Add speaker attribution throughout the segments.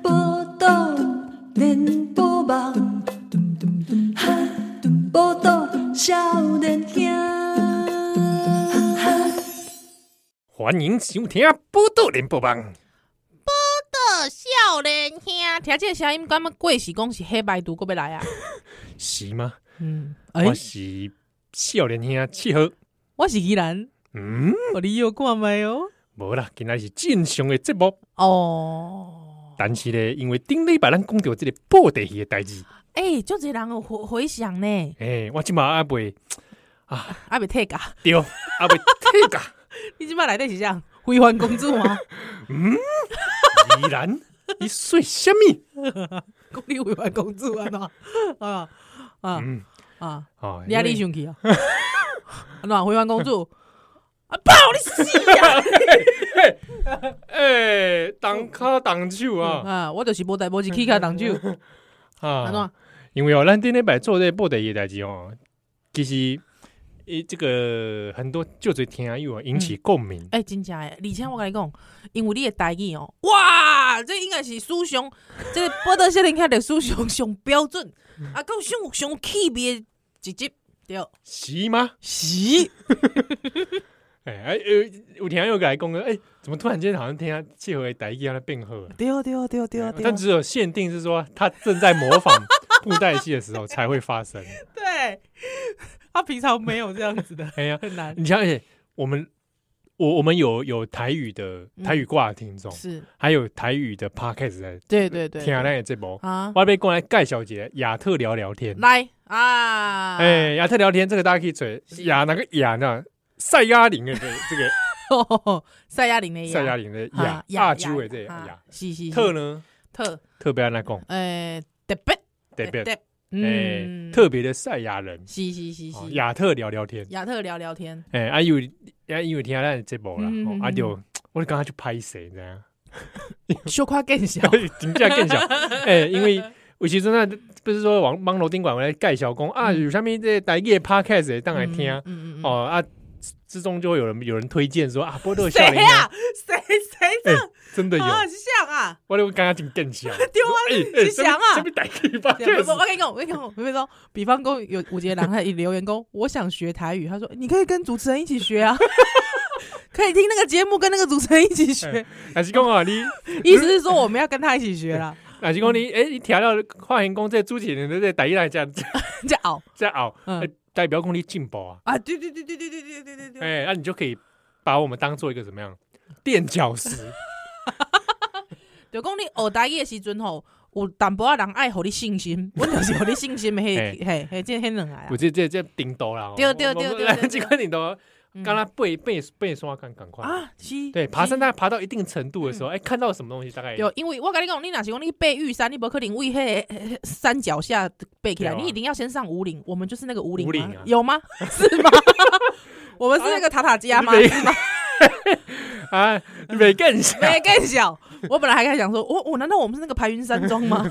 Speaker 1: 报道连波网，报道少年兄。
Speaker 2: 欢迎收听《波多连播网》。
Speaker 3: 呃，少年兄，啊听这个声音，感觉过时讲是黑白毒，搁要来啊？
Speaker 2: 是吗？
Speaker 3: 嗯，哎、
Speaker 2: 我是少年兄七号。
Speaker 3: 我是依然，
Speaker 2: 嗯，
Speaker 3: 我你有看麦哦？
Speaker 2: 无啦，今仔是正常的节目，
Speaker 3: 哦，
Speaker 2: 但是呢，因为顶礼拜咱讲到这个报地戏的代志，
Speaker 3: 哎、就这人有回回想呢，
Speaker 2: 诶、我即马阿袂
Speaker 3: 啊袂退噶，
Speaker 2: 对，阿袂退 噶，
Speaker 3: 你即摆内底是这样，辉煌公主吗？
Speaker 2: 嗯依然你说什么？
Speaker 3: 讲你辉煌公 主啊喏，啊啊
Speaker 2: 嗯，
Speaker 3: 啊，
Speaker 2: 哦
Speaker 3: 你啊你
Speaker 2: 因为
Speaker 3: 生 气啊？喏，辉煌公 主，啊爆你死 啊！
Speaker 2: 诶、动骹动手啊，
Speaker 3: 啊，我就是无代无志起开动手，安
Speaker 2: 啊
Speaker 3: 怎，？
Speaker 2: 因为哦，咱顶礼拜做这个报地戏的代志哦，其实。诶，这个很多就最听友啊，引起共鸣。
Speaker 3: 哎、真正诶！而且我甲你讲，因为你的台语哦，哇，这应该是史上，这个报道少年看历史上上标准，啊，够上上气味的一集，对，
Speaker 2: 是吗？
Speaker 3: 是，
Speaker 2: 哎、哎，有有听友来讲，哎、怎么突然间好像听他切回台语让他变好了？啊哎
Speaker 3: 对哦对对对
Speaker 2: 但
Speaker 3: 对，
Speaker 2: 只有限定是说他正在模 仿布袋戏的时候才会发生。
Speaker 3: 对，他平常没有这样子的，
Speaker 2: 哎呀，
Speaker 3: 很难，
Speaker 2: 你想，而且我们我我们有有台语的
Speaker 3: 嗯
Speaker 2: 台语挂的听众，
Speaker 3: 是，
Speaker 2: 还有台语的 podcast 在
Speaker 3: 对对对，
Speaker 2: 听那个节目。
Speaker 3: 啊，
Speaker 2: 外边过来盖小姐亚特聊聊天，
Speaker 3: 来啊，
Speaker 2: 哎，亚特聊天这个大家可以追
Speaker 3: 是
Speaker 2: 亚哪个亚呢？赛亚林的这个 这个
Speaker 3: 赛亚林的
Speaker 2: 赛亚林的
Speaker 3: 啊
Speaker 2: 亚亚洲的这个
Speaker 3: 啊
Speaker 2: 亚
Speaker 3: 是是是
Speaker 2: 特呢
Speaker 3: 特，
Speaker 2: 特别爱来讲。
Speaker 3: 诶，特别
Speaker 2: 特别
Speaker 3: 特
Speaker 2: 哎，
Speaker 3: 嗯，
Speaker 2: 特别的赛亚人，
Speaker 3: 是是是
Speaker 2: 哦
Speaker 3: 是。
Speaker 2: 亚特聊聊天，
Speaker 3: 亚特聊聊天，
Speaker 2: 哎，啊有啊因为听咱的节目啦，
Speaker 3: 嗯嗯
Speaker 2: 哦啊
Speaker 3: 嗯
Speaker 2: 就我就刚刚去拍谁这样，
Speaker 3: 小夸更小
Speaker 2: 真正 更小，哎，因为有时阵啊，不是说往网络顶管来介绍讲啊，
Speaker 3: 嗯
Speaker 2: 有啥物这台语的 podcast 的当来听，
Speaker 3: 嗯嗯嗯，
Speaker 2: 哦啊之中就会有人有人推荐说啊，波多
Speaker 3: 谁
Speaker 2: 笑脸
Speaker 3: 呀？谁谁
Speaker 2: 哎
Speaker 3: 这，
Speaker 2: 真的有，
Speaker 3: 啊是像啊？
Speaker 2: 我就刚刚真更 小，
Speaker 3: 对啊
Speaker 2: 哎
Speaker 3: 是谁啊
Speaker 2: 这边台语 podcast，
Speaker 3: 我跟你讲，我跟你讲，我跟你说，比方说有五节人他留言说，我想学台语，他说你可以跟主持人一起学 啊，可以听那个节目跟那个主持人一起学，
Speaker 2: 还是讲啊你。
Speaker 3: 意思是说我们要跟他一起学啦，
Speaker 2: 若是讲你，哎诶、你听了化验工这主持人的这台语来讲，
Speaker 3: 这样哦
Speaker 2: 这熬，
Speaker 3: 嗯
Speaker 2: 呃代表功力进步啊，
Speaker 3: 啊，对对对对对对对对对对，啊
Speaker 2: 哎，那你就可以把我们当做一个怎么样垫脚 石？
Speaker 3: 就讲你学台语的时阵吼，有淡薄仔人爱互你信心，我就是互你信心 的，
Speaker 2: 哎
Speaker 3: 嘿嘿嘿，这迄两个啊
Speaker 2: 我，这这这顶多啦，哦
Speaker 3: 对啊对对对对
Speaker 2: 这个顶多，
Speaker 3: 嗯
Speaker 2: 刚刚背背背刷赶赶快，
Speaker 3: 啊，嗯是，
Speaker 2: 对，爬
Speaker 3: 是
Speaker 2: 山大概爬到一定程度的时候，哎，看到什么东西大概
Speaker 3: 对，因为我跟你讲，你若是讲你爬玉山，你无可能为迄个山脚下爬起来，
Speaker 2: 对啊
Speaker 3: 你一定要先上五岭。我们就是那个五岭
Speaker 2: 五
Speaker 3: 吗，
Speaker 2: 岭啊
Speaker 3: 有吗？是 吗？我们是那个塔塔加吗？
Speaker 2: 没
Speaker 3: 是吗？
Speaker 2: 啊，
Speaker 3: 嗯
Speaker 2: 没更小，
Speaker 3: 没更小。我本来还在想说，我、我难道我们是那个排云山庄吗？是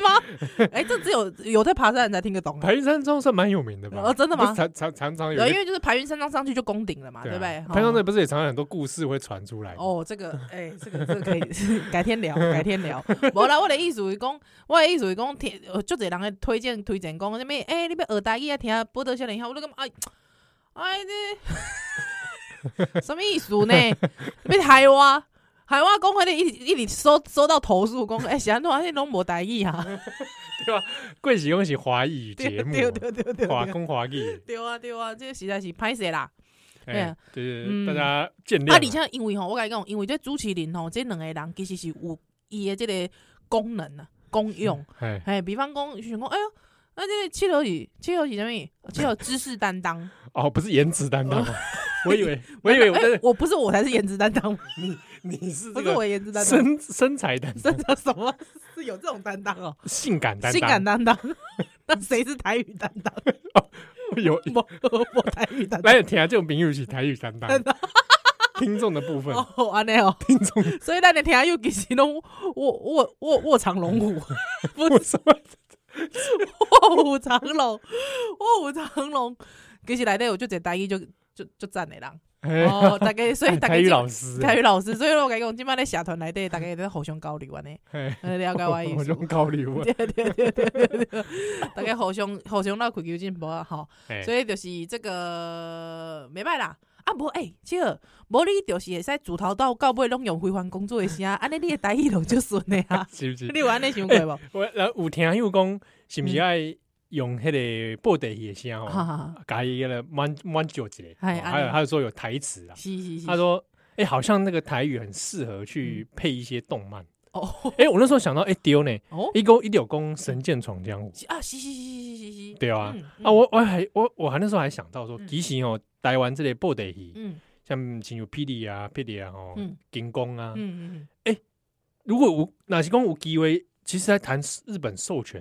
Speaker 3: 吗？哎、这只有有在爬山的人才听得懂、啊。
Speaker 2: 白云山庄算蛮有名的吧？
Speaker 3: 哦真的吗
Speaker 2: 不是常常常常有
Speaker 3: 对，
Speaker 2: 一
Speaker 3: 因
Speaker 2: 个，
Speaker 3: 为就是排云山庄上去就攻顶了嘛，对不对
Speaker 2: 啊？白云山庄
Speaker 3: 哦
Speaker 2: 不是也常常很多故事会传出来？
Speaker 3: 哦，这个，哎、这个，这个可以改天聊，改天聊。无啦，我的意思是讲，我的意思是讲，听，就侪人会推荐推荐讲什么？哎、你要学台语啊，听《波多少年兄》，我都感觉哎，哎这 什么意思呢？你要害我，害我讲迄个一一直收收到投诉，讲哎、欸，是安怎迄拢无台语啊？
Speaker 2: 贵喜恭喜华语
Speaker 3: 对
Speaker 2: 节目，啊
Speaker 3: 对对对对
Speaker 2: 华
Speaker 3: 对，
Speaker 2: 工华语，
Speaker 3: 对啊对啊，这个实在是歹势啦。 对
Speaker 2: 哎
Speaker 3: 啊，
Speaker 2: 对对，
Speaker 3: 嗯
Speaker 2: 大家见谅
Speaker 3: 啊，
Speaker 2: 啊。
Speaker 3: 而且因为吼，我甲你讲，因为这主持人吼，这两个人其实是有伊的这个功能啊，功用。
Speaker 2: 哎，
Speaker 3: 哎，比方讲，想讲，哎呦，那这个七楼是七楼是什么？七楼知识 担当。
Speaker 2: 哦，不是颜值担当吗？
Speaker 3: 哦
Speaker 2: 我以 为，我以为我
Speaker 3: 哎
Speaker 2: 在
Speaker 3: 我不是我才是颜值担当，
Speaker 2: 你是
Speaker 3: 不
Speaker 2: 这
Speaker 3: 是我
Speaker 2: 个
Speaker 3: 的颜值担当，
Speaker 2: 身身材担
Speaker 3: 真的什么是有这种担当哦？
Speaker 2: 性感担
Speaker 3: 性感
Speaker 2: 当，
Speaker 3: 担当， 那谁是台语担当？
Speaker 2: 有
Speaker 3: 我我台语担当。
Speaker 2: 来听下这种名语是台语 担当
Speaker 3: 担，
Speaker 2: 听众的部分
Speaker 3: 哦，安尼哦，
Speaker 2: 听众
Speaker 3: 所以咱的听友其实拢卧卧卧卧藏龙虎，不
Speaker 2: 我什么？
Speaker 3: 卧虎藏龙，卧虎藏龙，其实内底有就一个台语就就就赞的人。哦，大概所以大
Speaker 2: 哎 台
Speaker 3: 概
Speaker 2: 语
Speaker 3: 就
Speaker 2: 老 师，啊
Speaker 3: 台语老师，所以我甲你讲，即摆咧社团内底，大家在互相交流 安尼，
Speaker 2: 嘿
Speaker 3: 呃了解我的意
Speaker 2: 哎我
Speaker 3: 思。
Speaker 2: 用交流啊，
Speaker 3: 对对对对对对，大家互相互相那追求进步啊，吼，
Speaker 2: 嘿。
Speaker 3: 所以就是这个没办啦。啊，无诶，这个无你就是会使自头到到尾拢用非凡工作的声，安尼你的台语拢就顺的啊
Speaker 2: 是不是？
Speaker 3: 你有安尼想过无？
Speaker 2: 我然后有听友讲，是不是爱用迄个布袋戏的声
Speaker 3: 哈哈
Speaker 2: 吼，
Speaker 3: 哈，
Speaker 2: 改一个满满久之类，
Speaker 3: 哎
Speaker 2: 哦还
Speaker 3: 安
Speaker 2: 有
Speaker 3: 尼
Speaker 2: 还有说有台词啦，
Speaker 3: 是是是。
Speaker 2: 他说。哎、好像那个台语很适合去配一些动漫。
Speaker 3: 哦
Speaker 2: 哎、我那时候想到，哎、丢呢，
Speaker 3: 哦，
Speaker 2: 一勾一柳公神剑闯江湖，
Speaker 3: 是啊，是是是是是是。
Speaker 2: 对啊，
Speaker 3: 嗯
Speaker 2: 啊，我我还我我还那时候还想到说，
Speaker 3: 嗯
Speaker 2: 其实哦，台湾这类布袋戏，
Speaker 3: 嗯
Speaker 2: 像亲有霹雳啊、霹雳啊、吼
Speaker 3: 嗯、
Speaker 2: 金工啊
Speaker 3: 嗯，嗯嗯。
Speaker 2: 如果有哪些公有机会，其实在谈日本授权。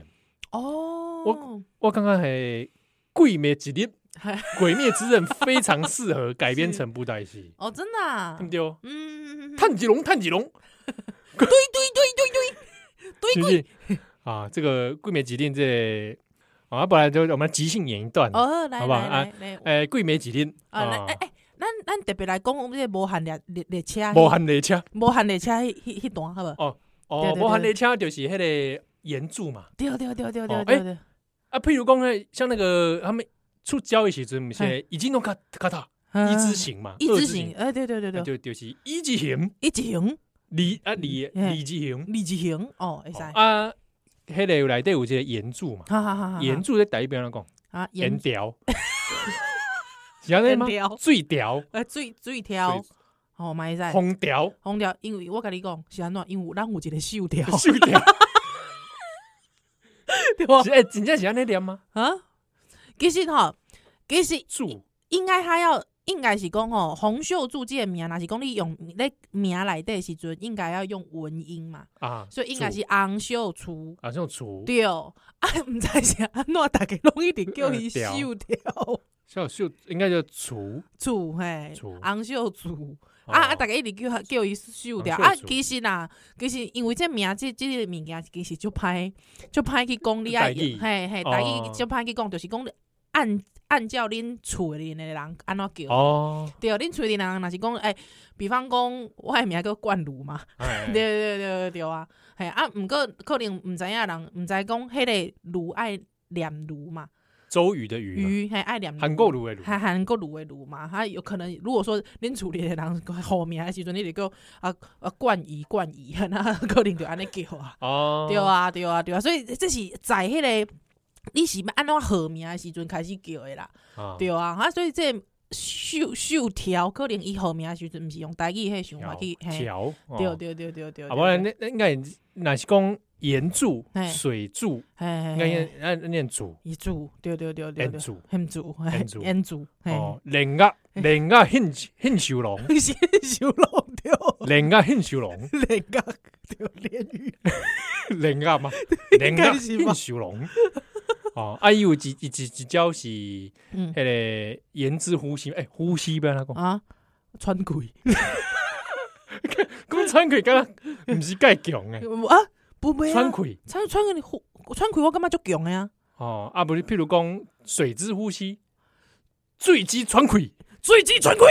Speaker 3: 哦，
Speaker 2: 我我刚刚还《鬼灭之 刃》
Speaker 3: 嗨
Speaker 2: 《鬼灭之刃》非常适合改编成布袋戏，
Speaker 3: 哦，真的、啊
Speaker 2: 对不，对哦？
Speaker 3: 嗯，
Speaker 2: 炭治龙，炭治龙，
Speaker 3: 对
Speaker 2: 是不是？ 啊，这个《鬼灭之刃》这个啊，本来就我们即兴演一段。
Speaker 3: 哦，来
Speaker 2: 好不好
Speaker 3: 来
Speaker 2: 啊
Speaker 3: 来来，
Speaker 2: 哎，《鬼灭之刃》
Speaker 3: 啊，来哎
Speaker 2: 啊，
Speaker 3: 哎，咱咱特别来讲，我们这个无限列列列车，
Speaker 2: 无限列车
Speaker 3: 无限列车迄迄迄段，好无？对
Speaker 2: 哦，
Speaker 3: 对对
Speaker 2: 无限列车就是迄个原著嘛。
Speaker 3: 对对对对
Speaker 2: 哦
Speaker 3: 对
Speaker 2: 哎
Speaker 3: 对对，
Speaker 2: 啊，譬如讲呢，像那个他们出交的时阵，不是已经弄卡卡塔一之
Speaker 3: 型，
Speaker 2: 行嘛，
Speaker 3: 嗯啊一
Speaker 2: 二
Speaker 3: 之型，，哎，对对对
Speaker 2: 啊
Speaker 3: 对，
Speaker 2: 就就是一之行，
Speaker 3: 一之型，
Speaker 2: 李啊李
Speaker 3: 嗯
Speaker 2: 李之行
Speaker 3: 二之型，哦，会使，
Speaker 2: 哦
Speaker 3: 哈
Speaker 2: 啊，迄个内底有一个岩柱嘛，
Speaker 3: 哈啊哈哈，
Speaker 2: 岩柱在台语边安讲，
Speaker 3: 啊
Speaker 2: 岩
Speaker 3: 盐，
Speaker 2: 条，是安尼吗
Speaker 3: 盐条？
Speaker 2: 水条、
Speaker 3: 哎，水水条，哦，嘛会使，
Speaker 2: 风条、
Speaker 3: 红条，因为我甲你讲是安怎，因为咱有一个秀条，
Speaker 2: 秀 条，
Speaker 3: 对吧
Speaker 2: 是？哎，真正是安尼念吗？
Speaker 3: 啊，其实吼，其实
Speaker 2: 柱
Speaker 3: 应该还要应该是讲吼，洪秀柱这个名，若是讲你用咧名内底的时阵，应该要用文音嘛，
Speaker 2: 啊，
Speaker 3: 所以应该
Speaker 2: 柱
Speaker 3: 是洪秀柱。
Speaker 2: 啊，这种柱，
Speaker 3: 对， 啊，毋知是安怎，大家拢一直 叫伊
Speaker 2: 嗯
Speaker 3: 秀条
Speaker 2: 像秀应该叫柱
Speaker 3: 柱嘿
Speaker 2: 柱，
Speaker 3: 洪秀柱
Speaker 2: 哦
Speaker 3: 啊啊，大家一直叫他叫伊秀条
Speaker 2: 洪
Speaker 3: 啊。
Speaker 2: 秀柱
Speaker 3: 其实啦，其实因为这名这这个物件，其实就歹就歹去讲你
Speaker 2: 台
Speaker 3: 爱，
Speaker 2: 语
Speaker 3: 嘿嘿，
Speaker 2: 哦
Speaker 3: 大家就歹去讲，就是讲按按照恁厝里的人安怎叫。
Speaker 2: 哦，
Speaker 3: 对，恁厝里人若是讲，哎、比方讲，我的名叫冠儒嘛，
Speaker 2: 哎
Speaker 3: 对对对对对啊，嘿啊，毋过可能毋知影人，毋知讲迄个儒爱念儒嘛，
Speaker 2: 周瑜的瑜嘛。
Speaker 3: 鱼还爱念
Speaker 2: 韩国，卤味卤，
Speaker 3: 还韩国儒的儒嘛，他有可能如果说恁厝里的人好名的时阵，你就叫啊啊冠仪冠仪，那可能就安尼叫啊，
Speaker 2: 哦
Speaker 3: 对，啊对啊对啊，所以这是在迄、个你是要安怎好名的时阵开始叫的啦。
Speaker 2: 啊
Speaker 3: 对啊，啊，所以这秀秀条可能伊号名的时阵，毋是用台语迄想法去，嘿，
Speaker 2: 条，哦
Speaker 3: 对，对对对对，
Speaker 2: 啊，不然那那应该那是讲岩柱
Speaker 3: 嘿、
Speaker 2: 水柱，
Speaker 3: 嘿，
Speaker 2: 应该念按念柱，
Speaker 3: 伊住，对对对对
Speaker 2: 岩
Speaker 3: 对，
Speaker 2: 柱
Speaker 3: 很住，
Speaker 2: 很住
Speaker 3: 很住，嘿，
Speaker 2: 哦，人啊人啊很很修龙，
Speaker 3: 先修老掉，
Speaker 2: 人啊很修龙，
Speaker 3: 人家掉鲢鱼，
Speaker 2: 人啊嘛，人啊
Speaker 3: 该是吧
Speaker 2: 很修龙。哦，啊，伊有一一一一招是迄
Speaker 3: 嗯
Speaker 2: 个言之呼吸，诶，呼吸不要他讲，
Speaker 3: 啊，川鬼
Speaker 2: 讲川葵敢若毋是介强 诶，
Speaker 3: 啊，不袂
Speaker 2: 川
Speaker 3: 啊，
Speaker 2: 葵
Speaker 3: 川川鬼你呼川鬼我感觉足强的啊，
Speaker 2: 哦，啊，不是，譬如讲水之呼吸，醉之川葵。
Speaker 3: 水鸡川鬼，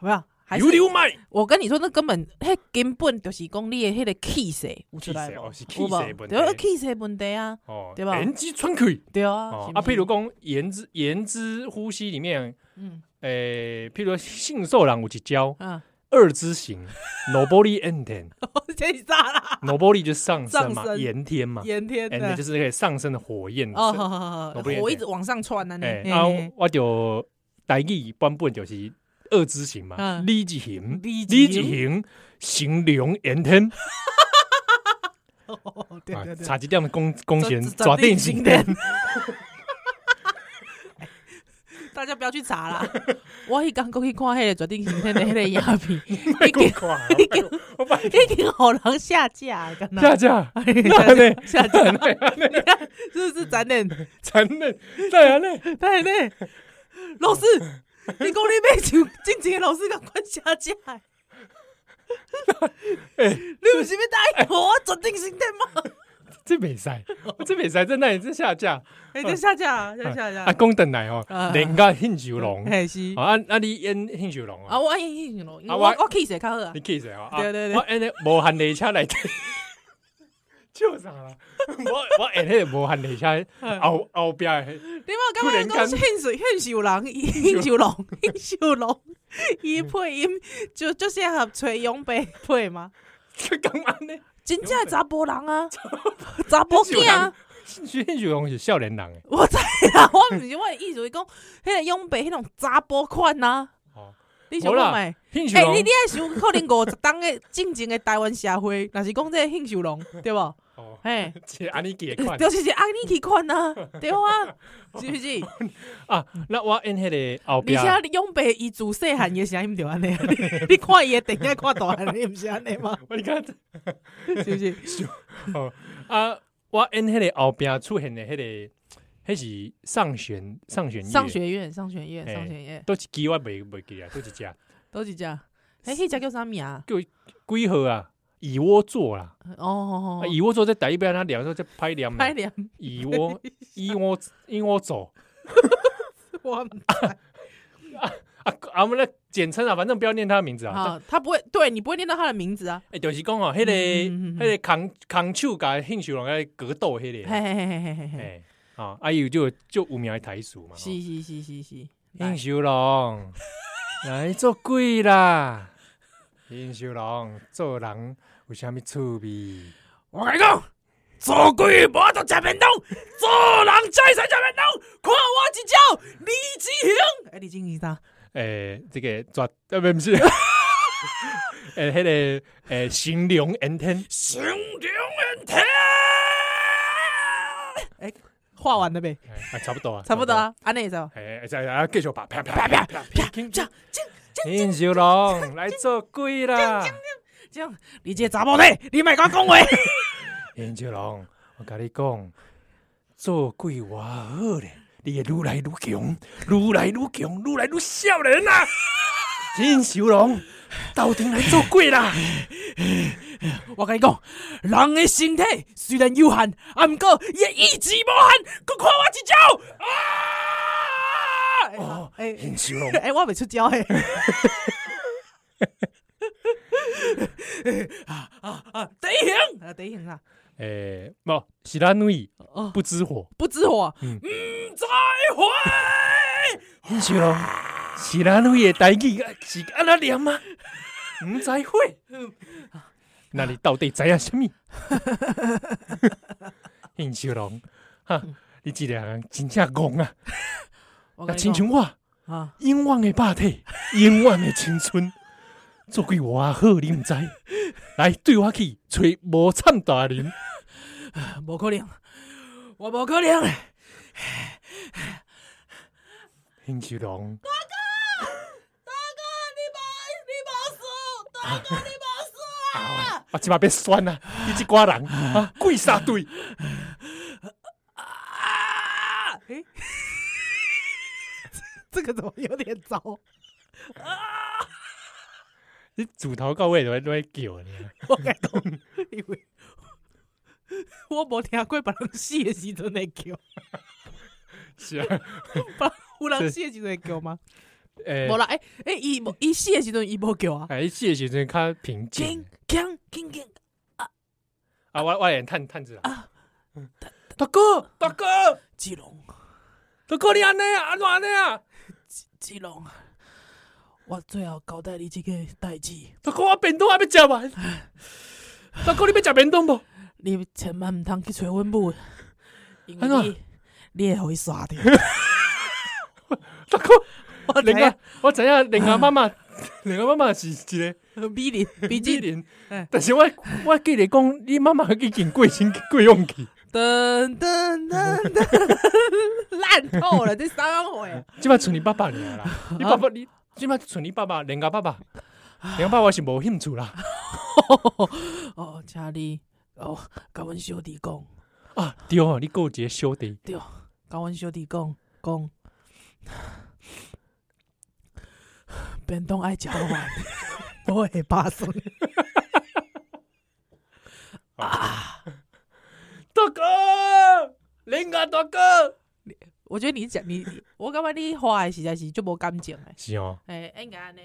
Speaker 3: 有没有？还是
Speaker 2: 有流脉，
Speaker 3: 我跟你说，那根本，迄根本就是讲你的迄个气势有出来
Speaker 2: 气势
Speaker 3: 无？
Speaker 2: 哦是气势
Speaker 3: 有无
Speaker 2: 的问题
Speaker 3: 对，气势的问题啊，
Speaker 2: 哦，
Speaker 3: 对吧
Speaker 2: 言之川气
Speaker 3: 对啊。
Speaker 2: 哦
Speaker 3: 是，不
Speaker 2: 啊，
Speaker 3: 是
Speaker 2: 譬如，讲言之言之呼吸里面，
Speaker 3: 嗯
Speaker 2: 诶，譬如说信受人有一招
Speaker 3: 啊，
Speaker 2: 二之行，nobody ending，
Speaker 3: 我这里炸啦，
Speaker 2: nobody 就是上升
Speaker 3: 上
Speaker 2: 嘛，
Speaker 3: 升
Speaker 2: 炎天嘛
Speaker 3: 炎天
Speaker 2: ，ending
Speaker 3: 的
Speaker 2: 啊就是那个上升的火焰。
Speaker 3: 哦，好好好好，
Speaker 2: 我不理解
Speaker 3: 火一直往上窜啊，你
Speaker 2: 哎，
Speaker 3: 嘿
Speaker 2: 啊
Speaker 3: 嘿，
Speaker 2: 我就台语版本就是二之行嘛，
Speaker 3: 嗯
Speaker 2: 李之行，
Speaker 3: 你
Speaker 2: 李之行，行龙炎天，
Speaker 3: 哦对
Speaker 2: 啊
Speaker 3: 对对，
Speaker 2: 差一点公公
Speaker 3: 这
Speaker 2: 贤
Speaker 3: 这
Speaker 2: 抓定行的，
Speaker 3: 大家不要去 查啦。我迄刚过去看迄个决定形天的迄个影 片，
Speaker 2: 被
Speaker 3: 已
Speaker 2: 公
Speaker 3: 经
Speaker 2: 看，
Speaker 3: 已经
Speaker 2: 啊我把
Speaker 3: 已经好人下架，干呐。
Speaker 2: 下架
Speaker 3: 下
Speaker 2: 那
Speaker 3: 架
Speaker 2: 呢？
Speaker 3: 哎下架，你看 是不是残忍？
Speaker 2: 残忍，对啊，那
Speaker 3: 太累，老师，你讲你买就进前的老师赶快下架 的。
Speaker 2: 哎
Speaker 3: 你有啥物答应我？我决定性的吗？
Speaker 2: 这袂 使，这袂使，这那里这下架，
Speaker 3: 哎，这下架啊，这下架
Speaker 2: 啊，讲等来哦
Speaker 3: 啊，
Speaker 2: 人家兴酒龙，
Speaker 3: 嘿是
Speaker 2: 啊啊啊，你演兴酒龙
Speaker 3: 啊，
Speaker 2: 啊，
Speaker 3: 我爱迄种咯，因为
Speaker 2: 啊
Speaker 3: 我
Speaker 2: 我
Speaker 3: 我 kiss 较好啊
Speaker 2: 你，记谁啊？啊
Speaker 3: 对对对
Speaker 2: 我演那无限列车来底，笑啥啦？我我演那个无限列车后后边的那，
Speaker 3: 你我感觉
Speaker 2: 突然
Speaker 3: 讲
Speaker 2: 间
Speaker 3: 现水现秀人，现秀龙，现秀龙，伊配音就就适合崔永培配 吗？
Speaker 2: 这干嘛呢？
Speaker 3: 真正的查甫人啊，查甫囝 啊，
Speaker 2: 兴趣兴趣龙是少年人诶，
Speaker 3: 我知啦，我毋是我的意思是讲，迄个永培迄种查甫款啊
Speaker 2: 哦。
Speaker 3: 你想看咪？
Speaker 2: 兴趣
Speaker 3: 哎、
Speaker 2: 龙
Speaker 3: 你你爱想可能五十当的进前的台湾社会，若是讲这个兴趣龙，对无？
Speaker 2: 哦，
Speaker 3: 嘿，
Speaker 2: 是安尼记诶款
Speaker 3: 就是是安尼去看啊，对啊，是 不是？
Speaker 2: 啊。那我演迄个后边
Speaker 3: 而且永培伊自细汉的声音就安尼， 你你看伊的电影看大汉，你毋是安尼吗？
Speaker 2: 我你看
Speaker 3: 是不 是？
Speaker 2: 啊，我演迄个后边出现的迄个，迄是上弦上弦乐
Speaker 3: 商学院，商学院，
Speaker 2: 嘿
Speaker 3: 商学院，
Speaker 2: 都一支我袂袂记啊，都一只几
Speaker 3: 倒一只？哎，迄只叫啥名啊？
Speaker 2: 号啊？蚁窝座啦，
Speaker 3: 哦哦
Speaker 2: 啊
Speaker 3: 哦，
Speaker 2: 蚁窝座在台一边，他聊说在拍念
Speaker 3: 拍
Speaker 2: 嘛，
Speaker 3: 脸，
Speaker 2: 蚁 窝蚁窝蚁窝座
Speaker 3: 我唔
Speaker 2: 啊啊，我们来简称啊，反正不要念他的名字啊。
Speaker 3: 好，他不会，对你不会念到他的名字 啊。
Speaker 2: 哎，就是讲哦，迄个
Speaker 3: 嗯嗯嗯嗯
Speaker 2: 迄个空空手甲兴趣人来格斗迄
Speaker 3: 嘿
Speaker 2: 个啊，
Speaker 3: 嘿嘿嘿嘿嘿，
Speaker 2: 哎啊，啊有就就有名的台词嘛，吼
Speaker 3: 是是是是是，来
Speaker 2: 英雄 龙，来做鬼啦！英雄龙做人有啥物趣味？
Speaker 3: 我跟你讲，做鬼无得食便当，做人才使食便当。看我一招，李志雄。哎，李志雄啥？
Speaker 2: 诶、这个绝呃不不是，诶、迄、个诶神龙炎天，
Speaker 3: 雄中恩天。哎，画完了呗，
Speaker 2: 哎啊差不多啊，
Speaker 3: 差不多。啊，安内走。
Speaker 2: 诶、再啊继续吧，啪啪啪啪啪！
Speaker 3: 这样这样
Speaker 2: 英雄龙来做鬼啦！
Speaker 3: 这样，你这查某仔，你卖讲讲话。
Speaker 2: 英雄龙，我甲你讲，做鬼偌好咧，你会愈来愈强，愈来愈强，愈来愈少年啦、英雄龙，斗阵来做鬼啦！
Speaker 3: 我跟你讲，人的身体虽然有限，啊，毋过伊的意志无限。佮看我一招啊！
Speaker 2: 哦，
Speaker 3: 哎哎
Speaker 2: 英雄龙，
Speaker 3: 哎、我未出招 嘿、啊啊啊！第一行啊，第一行啊！
Speaker 2: 诶、无是咱女
Speaker 3: 哦，
Speaker 2: 不知火，
Speaker 3: 不知火，
Speaker 2: 嗯
Speaker 3: 嗯，再会。
Speaker 2: 英雄龙是咱女的代志，是安那念吗？唔知火，那你到底知影什么？英雄龙，哈，你这个人真正戆啊！
Speaker 3: 我
Speaker 2: 那
Speaker 3: 跟你
Speaker 2: 亲
Speaker 3: 讲
Speaker 2: 像我，
Speaker 3: 啊，
Speaker 2: 永远的肉体，永远的青春，做鬼我好，你毋知？来对我去找无惨大人，
Speaker 3: 啊无可能，我无可能。
Speaker 2: 英雄龙，
Speaker 3: 大哥，你无，你无输，大哥，你无输。
Speaker 2: 啊，我即马要选啊！你即寡人啊，鬼杀队，
Speaker 3: 啊！哎， 这个怎么有点糟？
Speaker 2: 你自头到尾都在都在叫你。啊
Speaker 3: 我该讲，因为我无听过别人死的时阵会叫，
Speaker 2: 是 啊，
Speaker 3: 有人死的时阵会叫吗？
Speaker 2: 诶、
Speaker 3: 无啦，哎哎，伊无伊死的时阵伊无叫啊，
Speaker 2: 欸哎，伊死的时阵较平静
Speaker 3: 锵锵锵锵！
Speaker 2: 啊，我我连探探子啊
Speaker 3: 啊，
Speaker 2: 大哥，大哥，
Speaker 3: 志龙，
Speaker 2: 大哥，你安尼啊，安怎安尼啊？
Speaker 3: 志龙，我最后交代你这个代志，
Speaker 2: 大哥，我便当还没食 完，大哥，你要食便当无？
Speaker 3: 你千万毋通去找 阮母，因
Speaker 2: 安怎
Speaker 3: 为你你会互伊杀 掉。
Speaker 2: 大哥。
Speaker 3: 我知
Speaker 2: 另外
Speaker 3: 影，
Speaker 2: 我知影另外妈妈， 另外妈妈是一个
Speaker 3: 美 人，美
Speaker 2: 美
Speaker 3: 人。
Speaker 2: 人
Speaker 3: 哎，
Speaker 2: 但是我我记得讲，你妈妈已经过 身过用去，
Speaker 3: 噔噔噔噔， 烂透了，这三回。
Speaker 2: 即摆剩你爸爸尔 啦，你爸爸你即摆剩你爸爸，人家爸爸，人家爸爸是无兴趣啦，
Speaker 3: 哦，请你哦，甲阮小弟讲，
Speaker 2: 啊，对哦，你还有一个小弟，
Speaker 3: 甲阮小弟讲讲，便当爱食完， 我会巴酸。
Speaker 2: 大恁阿大哥。
Speaker 3: 我觉得你讲你，你我感觉你画的实在是就无感情诶。
Speaker 2: 是哦，
Speaker 3: 诶、应该安尼，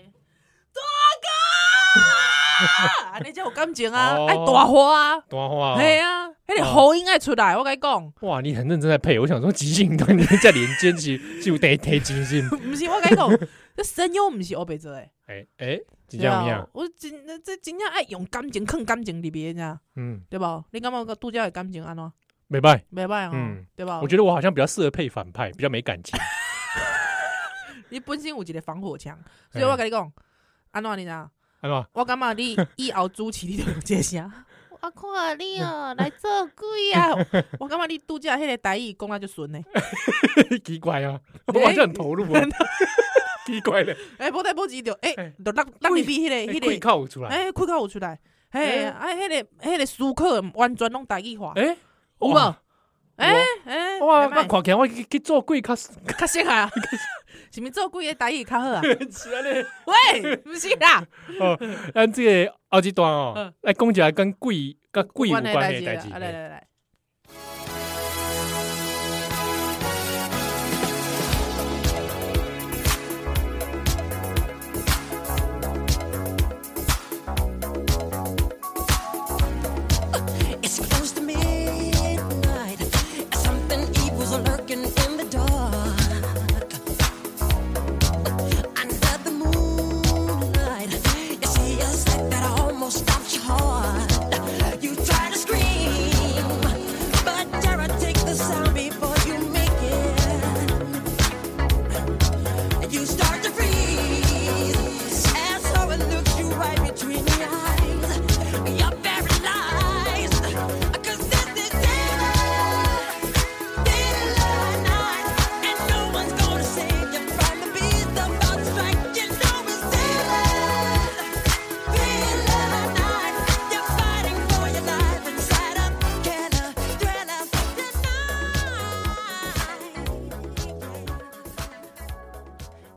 Speaker 3: 大哥， 安尼才有感情啊，
Speaker 2: 哦
Speaker 3: 爱、大花啊，
Speaker 2: 大话、
Speaker 3: 嘿、啊，迄个喉音爱出来，我甲你讲，
Speaker 2: 哇，你很认真在配，我想说即兴团你在连接 是是有得提精神，
Speaker 3: 毋是我甲你讲，这声优毋是黑白做诶，
Speaker 2: 哎哎，真
Speaker 3: 对
Speaker 2: 正
Speaker 3: 啊
Speaker 2: 有影，
Speaker 3: 我真这真正爱用感情，坑感情里边啊，
Speaker 2: 嗯，
Speaker 3: 对无？你感觉个杜家的感情安怎？
Speaker 2: 没办，
Speaker 3: 袂歹哦，
Speaker 2: 嗯
Speaker 3: 对无？
Speaker 2: 我觉得我好像比较适合配反派，比较没感 情。
Speaker 3: 你本身有一个防火墙，所以我甲你讲，安怎你知道？
Speaker 2: 安怎
Speaker 3: 我感觉你以后主持你就有这个声。我看你哦，来做鬼啊！ 我感觉你拄则迄个台语讲啊就顺呢。
Speaker 2: 奇怪啊， 我好像很投入啊， 奇怪嘞，
Speaker 3: 哎，无代无志就哎
Speaker 2: 哎，
Speaker 3: 就落落入去迄个
Speaker 2: 哎贵
Speaker 3: 迄个，
Speaker 2: 靠有出来，
Speaker 3: 哎，开口有出来，哎，
Speaker 2: 哎
Speaker 3: 啊，迄个迄个思考完全拢台语化，
Speaker 2: 哎，
Speaker 3: 有无？
Speaker 2: 哇
Speaker 3: 哎
Speaker 2: 有啊
Speaker 3: 哎，
Speaker 2: 哇，
Speaker 3: 袂歹
Speaker 2: 我看起来我去去做鬼较 是
Speaker 3: 较适合啊，是毋是做鬼的台语较 好啊？
Speaker 2: 安尼。
Speaker 3: 喂，毋是啦，
Speaker 2: 咱这个后一段哦
Speaker 3: 嗯，
Speaker 2: 来讲一下跟鬼跟鬼有
Speaker 3: 的
Speaker 2: 关的代
Speaker 3: 代
Speaker 2: 志
Speaker 3: 啊。来来来。
Speaker 1: It's close to midnight. Something evil's lurking in the dark. Under the moonlight, you see a sight that almost stops your heart. You try to scream, but terror takes the sound before you make it. You start to freeze, and so it looks you right between the eyes. You're paralyzed, 'cause this is terror.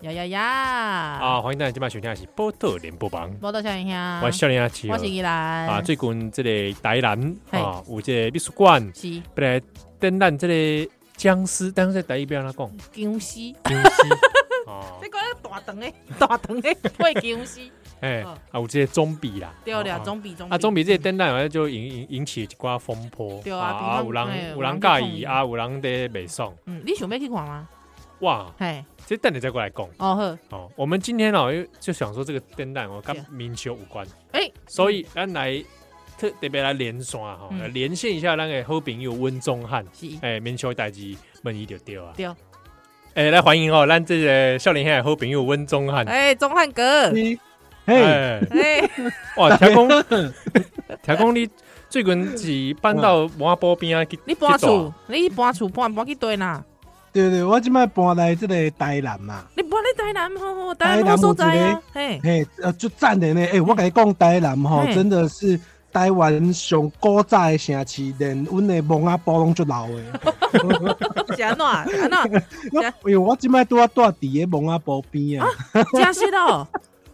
Speaker 3: 呀呀呀！
Speaker 2: 啊，欢迎大家今晚收听的是《波特联播榜》，
Speaker 3: 报道小林兄，
Speaker 2: 我是少年阿七哦
Speaker 3: 啊我是依兰
Speaker 2: 啊，最近这个台南
Speaker 3: 嘿
Speaker 2: 啊，有这个美术馆
Speaker 3: 是
Speaker 2: 本来展览这个僵尸，但是在台语边安怎讲？
Speaker 3: 僵尸，
Speaker 2: 僵 尸哦
Speaker 3: 这，个大肠的 大肠的会僵尸，
Speaker 2: 哎
Speaker 3: 嗯
Speaker 2: 啊，有这个装逼啦，
Speaker 3: 对了，
Speaker 2: 啊
Speaker 3: 总比总
Speaker 2: 啊，总比这些灯蛋好像就引引引起一寡风波，
Speaker 3: 对啊比
Speaker 2: 啊，
Speaker 3: 方
Speaker 2: 有人
Speaker 3: 哎
Speaker 2: 有
Speaker 3: 有人
Speaker 2: 人
Speaker 3: 去
Speaker 2: 介
Speaker 3: 抗
Speaker 2: 意
Speaker 3: 议
Speaker 2: 啊，有人在袂爽，
Speaker 3: 嗯，你想要去看吗？
Speaker 2: 哇，
Speaker 3: 嘿，
Speaker 2: 这等你再过来讲
Speaker 3: 哦呵，
Speaker 2: 哦。我们今天哦因为就想说这个灯蛋哦跟
Speaker 3: 对
Speaker 2: 民修有关，
Speaker 3: 哎，
Speaker 2: 所以咱来特特别来连线哈，
Speaker 3: 嗯
Speaker 2: 来连线一下咱的好朋友温宗汉，
Speaker 3: 是
Speaker 2: 哎，民修代志问伊就对啊，
Speaker 3: 对，
Speaker 2: 哎，来欢迎哦，咱这个少年兄的好朋友温宗汉，
Speaker 3: 哎，钟汉哥，
Speaker 4: 嘿，
Speaker 2: 哎，
Speaker 3: 哎，
Speaker 2: 哇，听讲 听讲你最近是搬到麻波边啊去，
Speaker 3: 你搬
Speaker 2: 去住
Speaker 3: 厝，你搬厝搬搬去对啦，
Speaker 4: 对对，我即摆搬来即个台南啦，
Speaker 3: 你搬咧台南吼吼，台南好所在啊， 嘿，
Speaker 4: 嘿，呃，就赞的呢，诶、我甲你讲台南吼，
Speaker 3: 嘿
Speaker 4: 真的是台湾上古早的城市，连阮的蒙阿波拢足老的。
Speaker 3: 哦是安怎安怎，
Speaker 4: 我
Speaker 3: 是啊
Speaker 4: 因为我即摆拄啊住伫个蒙阿波边啊，
Speaker 3: 真实哦，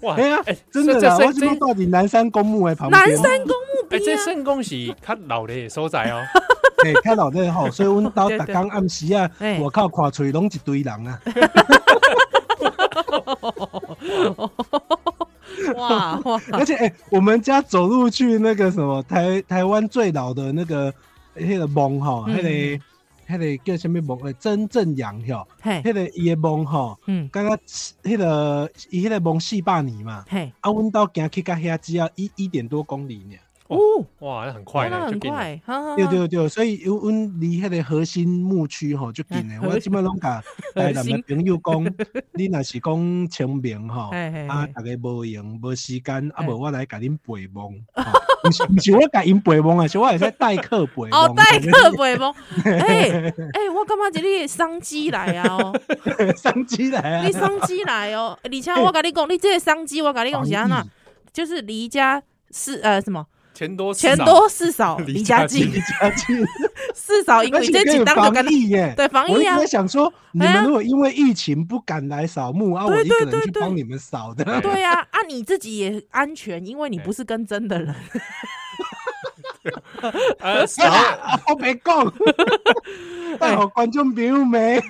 Speaker 2: 哇
Speaker 4: 哎呀
Speaker 2: 哎，
Speaker 4: 真的
Speaker 2: 这
Speaker 4: 啦，
Speaker 2: 这
Speaker 4: 我即摆
Speaker 2: 这
Speaker 4: 住伫南山公墓的旁边，
Speaker 3: 南山公墓
Speaker 2: 哎，
Speaker 3: 边
Speaker 2: 这
Speaker 3: 啊，
Speaker 2: 算讲是较老的所在哦。
Speaker 4: 嘿，较老的吼，所以阮兜
Speaker 3: 对
Speaker 4: 逐
Speaker 3: 对
Speaker 4: 工暗时啊
Speaker 3: 嘿，
Speaker 4: 外口看出去拢一堆人啊，
Speaker 3: 哇哇，
Speaker 4: 而且诶、哎我们家走路去那个什么台台湾最老的那个哎那个梦吼，
Speaker 3: 嗯
Speaker 4: 那个那个叫什么梦？诶，曾正阳吼，
Speaker 3: 嘿，
Speaker 4: 那个伊的梦吼，
Speaker 3: 嗯，
Speaker 4: 刚刚那个伊那个梦四百年嘛，
Speaker 3: 嘿，
Speaker 4: 啊，阮到行去到遐只要一一点多公里呢。
Speaker 3: 哦，
Speaker 2: 哇，那很快
Speaker 3: 那
Speaker 2: 呢，
Speaker 3: 很
Speaker 2: 就变了。
Speaker 3: 快，哈哈
Speaker 4: 对
Speaker 3: 哈，
Speaker 4: 对对，所以阮阮离迄个核心牧区吼就近诶，
Speaker 3: 啊核
Speaker 4: 我即摆拢甲台南的朋友 讲，你若是讲清明吼。
Speaker 3: 嘿嘿
Speaker 4: 啊，
Speaker 3: 嘿。
Speaker 4: 逐个无闲无时间，啊
Speaker 3: 嘿
Speaker 4: 无我来甲恁陪 梦，吼毋是毋是我甲因陪梦啊，是我会使代课 陪梦。
Speaker 3: 哦，代课袂无，哎哎，我感觉这里商机来啊！哦，
Speaker 4: 上机来啊
Speaker 3: 你，商机来哦，而且我跟你讲，你这个商机，我跟你讲是安
Speaker 4: 防
Speaker 3: 怎，就是离家是呃什么
Speaker 2: 钱多事
Speaker 3: 钱
Speaker 2: 少
Speaker 3: 多事少，
Speaker 2: 离
Speaker 3: 离
Speaker 2: 家
Speaker 3: 家
Speaker 2: 近
Speaker 3: 近
Speaker 4: 疫，家近，
Speaker 3: 事少因
Speaker 4: 而
Speaker 3: 为
Speaker 4: 且
Speaker 3: 这
Speaker 4: 可以
Speaker 3: 几当就
Speaker 4: 防
Speaker 3: 跟
Speaker 4: 疫耶。
Speaker 3: 对防
Speaker 4: 我
Speaker 3: 疫
Speaker 4: 一直
Speaker 3: 啊
Speaker 4: 在，想说，你
Speaker 3: 哎
Speaker 4: 们
Speaker 3: 呀
Speaker 4: 如果因为疫情不敢来扫墓啊，我一个
Speaker 3: 对
Speaker 4: 人去
Speaker 3: 对
Speaker 4: 帮你们扫的。
Speaker 3: 对啊，啊你自己也安全，因为你不是跟真的人，
Speaker 2: 啊，
Speaker 4: 哎
Speaker 2: 然 后
Speaker 4: 呀，我别 讲，
Speaker 3: 哎
Speaker 4: 但好观众朋友们，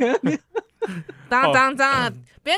Speaker 3: 当
Speaker 2: 哦
Speaker 3: 当当，朋友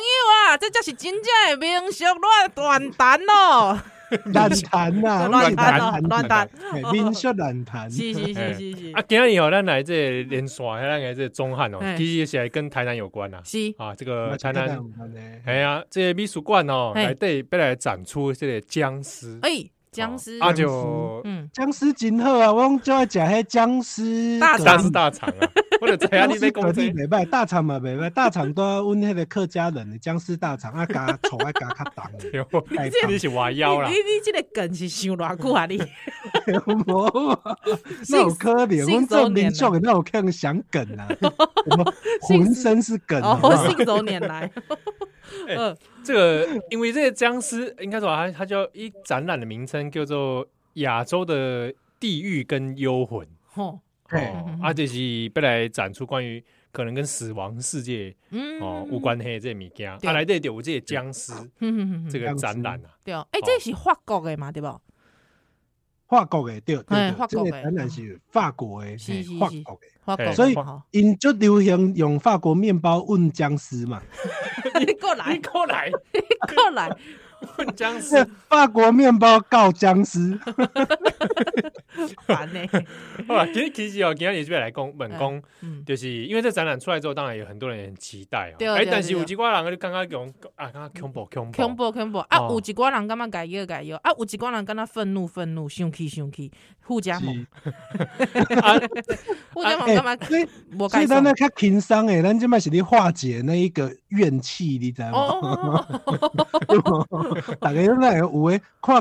Speaker 3: 啊，这才是真正的民俗乱乱谈哦。
Speaker 4: 乱谈呐，
Speaker 3: 乱
Speaker 2: 谈
Speaker 3: 哦乱谈，
Speaker 4: 哎民俗乱谈，
Speaker 3: 是是是是是
Speaker 2: 啊，今天以后咱来这个连线，咱来这个中汉哦
Speaker 3: 嘿，
Speaker 2: 其实是来跟台南有关呐。
Speaker 3: 哎是，
Speaker 2: 啊，这个台
Speaker 4: 那
Speaker 2: 南
Speaker 4: 就，这样
Speaker 2: 哎呀，这个美术馆哦，
Speaker 3: 嘿
Speaker 2: 来对，要来展出这个僵尸。
Speaker 3: 哎，僵尸，
Speaker 2: 啊，就
Speaker 3: 嗯，
Speaker 4: 僵尸真好啊，我就要讲迄僵尸
Speaker 3: 大
Speaker 4: 梗
Speaker 2: 僵尸大厂 啊，我者知影
Speaker 4: 僵
Speaker 2: 你在
Speaker 4: 尸
Speaker 2: 讲
Speaker 4: 本
Speaker 2: 这
Speaker 4: 地
Speaker 2: 个
Speaker 4: 袂歹，大肠嘛袂歹，大肠都要阮迄个客家人的僵尸大肠啊，加醋啊加较重 的，
Speaker 2: 对哦
Speaker 4: 太
Speaker 2: 你是歪
Speaker 3: 你
Speaker 2: 腰啦
Speaker 3: 你，你这个梗是想偌久啊？你
Speaker 4: 棒无，那有可能，
Speaker 2: 啊
Speaker 4: 阮做民众的那有可能想梗 啊，我们浑身是梗啊
Speaker 3: 哦
Speaker 4: 好，不
Speaker 3: 我
Speaker 4: 好，
Speaker 3: 信手拈来，
Speaker 2: 哎
Speaker 3: 呃，
Speaker 2: 这个因为这个僵尸应该说它它叫一展览的名称叫做亚洲的地狱跟幽魂
Speaker 3: 吼，
Speaker 4: 嘿
Speaker 2: 哦，啊，就是要来展出关于可能跟死亡世界
Speaker 3: 嗯，
Speaker 2: 哦无关系的这物件，啊，
Speaker 3: 对嗯
Speaker 2: 来这有这个僵尸
Speaker 3: 哼哼哼哼
Speaker 2: 这个展览啊，
Speaker 3: 对，哎，这是法国的嘛，对不？
Speaker 4: 法国的对对
Speaker 3: 哎
Speaker 4: 对
Speaker 3: 法，
Speaker 4: 这
Speaker 3: 国的
Speaker 4: 个展览是法国的，哎
Speaker 3: 是是
Speaker 4: 法
Speaker 3: 是
Speaker 4: 国的，
Speaker 3: 法国
Speaker 2: 哎
Speaker 3: 的，
Speaker 4: 所以
Speaker 3: 吼
Speaker 4: 因就流行用法国面包问僵 尸嘛，
Speaker 3: 你过来
Speaker 2: 你，哎过来
Speaker 3: 过来，
Speaker 2: 混僵尸
Speaker 4: 这，法国面包告僵尸，
Speaker 3: 哦烦呢，
Speaker 2: 好啦，其实其实哦，今天也是要来讲本讲。
Speaker 3: 嗯，
Speaker 2: 就是因为这展览出来之后，当然有很多人也很期待啊。
Speaker 3: 对啊
Speaker 2: 哎，
Speaker 3: 对啊
Speaker 2: 但是
Speaker 3: 对啊
Speaker 2: 有几挂人就刚刚讲啊，刚刚恐怖恐怖
Speaker 3: 恐怖恐怖啊！
Speaker 2: 哦
Speaker 3: 有一寡人感觉解药解药啊，有一寡人感觉愤怒愤怒，生气生气，互加盟
Speaker 4: 是，
Speaker 2: 啊！
Speaker 3: 互加盟
Speaker 4: 哎
Speaker 3: 干嘛？
Speaker 4: 所以
Speaker 3: 无
Speaker 4: 所
Speaker 3: 解
Speaker 4: 以
Speaker 3: 爽
Speaker 4: 咱那较轻松诶，咱即摆是咧化解那一个怨气，你知道吗？
Speaker 3: 哦，
Speaker 4: 大家那有诶，看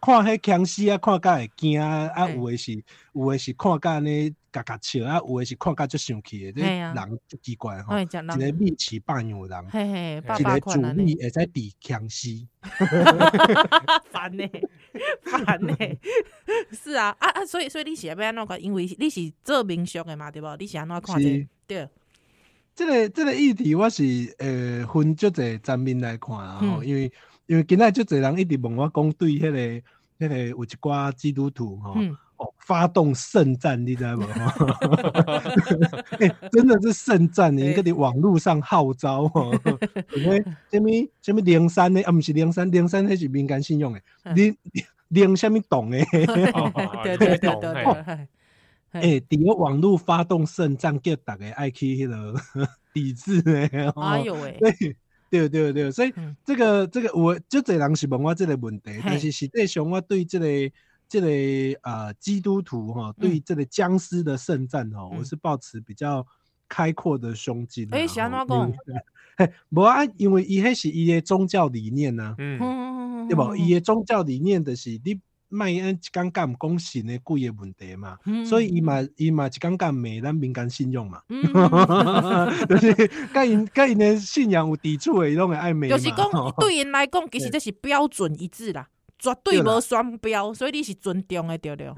Speaker 4: 看迄僵尸啊，看甲会惊啊，啊有诶是有诶是看甲呢嘎嘎笑啊，有诶是看甲足生气诶，这
Speaker 3: 嘿啊
Speaker 4: 人足奇怪吼，
Speaker 3: 哎，
Speaker 4: 一
Speaker 3: 讲人
Speaker 4: 个米奇扮样人，
Speaker 3: 嘿嘿，爸
Speaker 4: 一
Speaker 3: 爸
Speaker 4: 个
Speaker 3: 款
Speaker 4: 主
Speaker 3: 安
Speaker 4: 力
Speaker 3: 尼，
Speaker 4: 会使抵僵尸，
Speaker 3: 烦呢，烦呢，是啊啊啊！所以所以你是要安怎看？因为你是做民俗的嘛，对不？你是安怎看这
Speaker 4: 是
Speaker 3: 个？对，
Speaker 4: 这个这个议题我是呃分足侪层面来看啊，吼，
Speaker 3: 嗯
Speaker 4: 因为因为今仔足侪人一直问我讲对迄个迄个有一寡基督徒吼。
Speaker 3: 嗯，
Speaker 4: 哦，发动圣战，你知道吗？欸、真的是圣战，欸你搁伫网络上号召哦，什么什么什么零三的啊，不是零三，零三那是民间信用的，零零什么懂的，
Speaker 2: 哦哦
Speaker 3: 对对对对
Speaker 2: 懂
Speaker 3: 对
Speaker 2: 嘿
Speaker 3: 对，
Speaker 4: 诶、欸，伫个网络发动圣战，叫大家爱去迄、那个 抵制的、哦。
Speaker 3: 哎呦喂，
Speaker 4: 对对对对，所以
Speaker 3: 嗯
Speaker 4: 这个、这个我就侪人是问我这个问题，但是实际上我对这个这个呃基督徒哈、对这个僵尸的圣战哈、
Speaker 3: 嗯
Speaker 4: 我是抱持比较开阔的胸襟、啊。
Speaker 3: 哎是安怎讲
Speaker 4: 吼？ 嘿，无啊，因为伊迄是伊的宗教理念呐、
Speaker 2: 嗯，
Speaker 3: 嗯，
Speaker 4: 对无？伊的宗教理念就是你卖安一刚刚讲神的鬼的问题嘛，
Speaker 3: 嗯
Speaker 4: 所以伊嘛伊嘛一刚刚骂咱民间信用嘛。
Speaker 3: 嗯，嗯
Speaker 4: 就是甲因甲因的信仰有抵触的，伊拢会爱美嘛。
Speaker 3: 就是讲
Speaker 4: 吼
Speaker 3: 对因来讲，其实这是标准一致啦，绝对
Speaker 4: 对啦
Speaker 3: 无双标，所以你是尊重的，对对。吼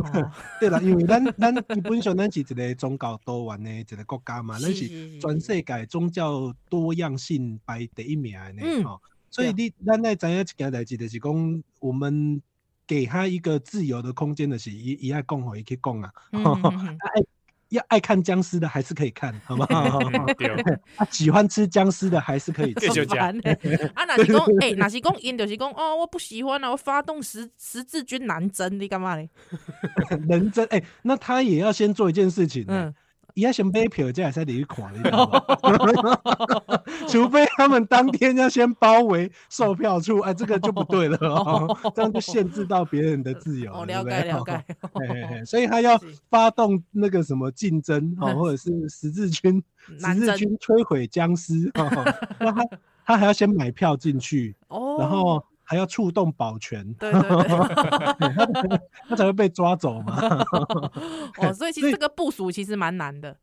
Speaker 4: 对啦，因为咱咱基本上咱是一个宗教多元的一个国家 嘛，咱是
Speaker 3: 是嗯
Speaker 4: 全世界宗教多样性排第一名的
Speaker 3: 嗯
Speaker 4: 呢。吼，所以你咱爱知影一件代志，就是讲我们给他一个自由的空间，就是伊伊爱讲互伊去讲啊。
Speaker 3: 嗯
Speaker 4: 吼
Speaker 3: 嗯嗯嗯
Speaker 4: 要爱看僵尸的还是可以看，好不 好？
Speaker 2: 嗯对，
Speaker 4: 啊喜欢吃僵尸的还是可以 吃
Speaker 2: 继。续
Speaker 3: 很
Speaker 2: 讲
Speaker 3: 烦欸啊，若是讲，诶、若是讲，因就是讲，哦，我不喜欢啊，我发动十十字军南征，你干嘛嘞？
Speaker 4: 人真哎、那他也要先做一件事情、啊呢。
Speaker 3: 嗯，
Speaker 4: 伊要先买票，才会使入去看，你知道吗？ 除非他们当天要先包围售票处，哎，这个就不对了、哦，这样就限制到别人的自由。
Speaker 3: 哦，
Speaker 4: 对
Speaker 3: 了
Speaker 4: 不
Speaker 3: 解
Speaker 4: 对
Speaker 3: 了解。哦
Speaker 4: 嘿嘿嘿所以他要
Speaker 3: 是
Speaker 4: 发动那个什么竞争哦，或者是十字 军，十
Speaker 3: 南征
Speaker 4: 字军摧毁僵尸哦，那他他还要先买票进去，
Speaker 3: 哦，
Speaker 4: 然后还要触动保全，
Speaker 3: 对对对，
Speaker 4: 他才会被抓走嘛。
Speaker 3: 哦，所以其实这个部署其实蛮难的。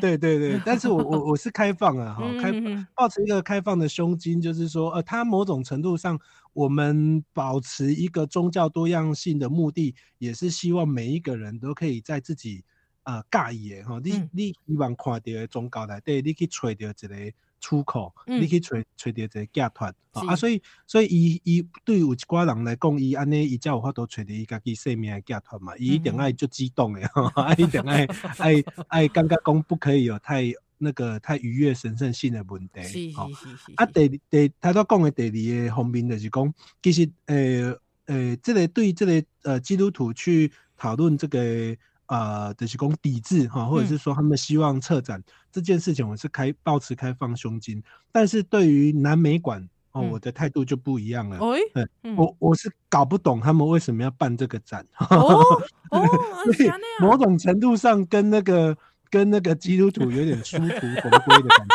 Speaker 4: 对对对，但是我我我是开放啊，哈、
Speaker 3: 嗯
Speaker 4: 开
Speaker 3: 嗯嗯
Speaker 4: 保持一个开放的胸襟，就是说，呃，它某种程度上，我们保持一个宗教多样性的目的，也是希望每一个人都可以在自己呃介意的吼，你、
Speaker 3: 嗯
Speaker 4: 你希望看到的宗教内底，你去找到一个出口，
Speaker 3: 嗯
Speaker 4: 你去找找到一个寄托、吼啊，
Speaker 3: 是
Speaker 4: 所以所以伊伊对有一寡人来讲，伊安尼伊才有法度找到伊家己生命的寄托嘛，伊一定
Speaker 3: 嗯哼
Speaker 4: 爱足激动的，吼， 啊，一定 爱爱爱感觉哎讲不可以有太那个太逾越神圣性的问
Speaker 3: 是
Speaker 4: 题，
Speaker 3: 是
Speaker 4: 吼
Speaker 3: 是是，
Speaker 4: 哎啊，第二第头拄讲的第二个方面就是讲，其实诶诶，即、个对即、个呃基督徒去讨论这个呃，就是讲抵制哈，或者是说他们希望撤展、这件事情，我是开保持开放胸襟，但是对于南美馆哦，
Speaker 3: 嗯
Speaker 4: 我的态度就不一样了。
Speaker 3: 哎，嗯
Speaker 4: 我我是搞不懂他们为什么要办这个展，
Speaker 3: 哦哦，啊
Speaker 4: 所
Speaker 3: 是
Speaker 4: 以
Speaker 3: 安尼
Speaker 4: 某
Speaker 3: 啊，
Speaker 4: 种程度上跟那个跟那个基督徒有点殊途同归的感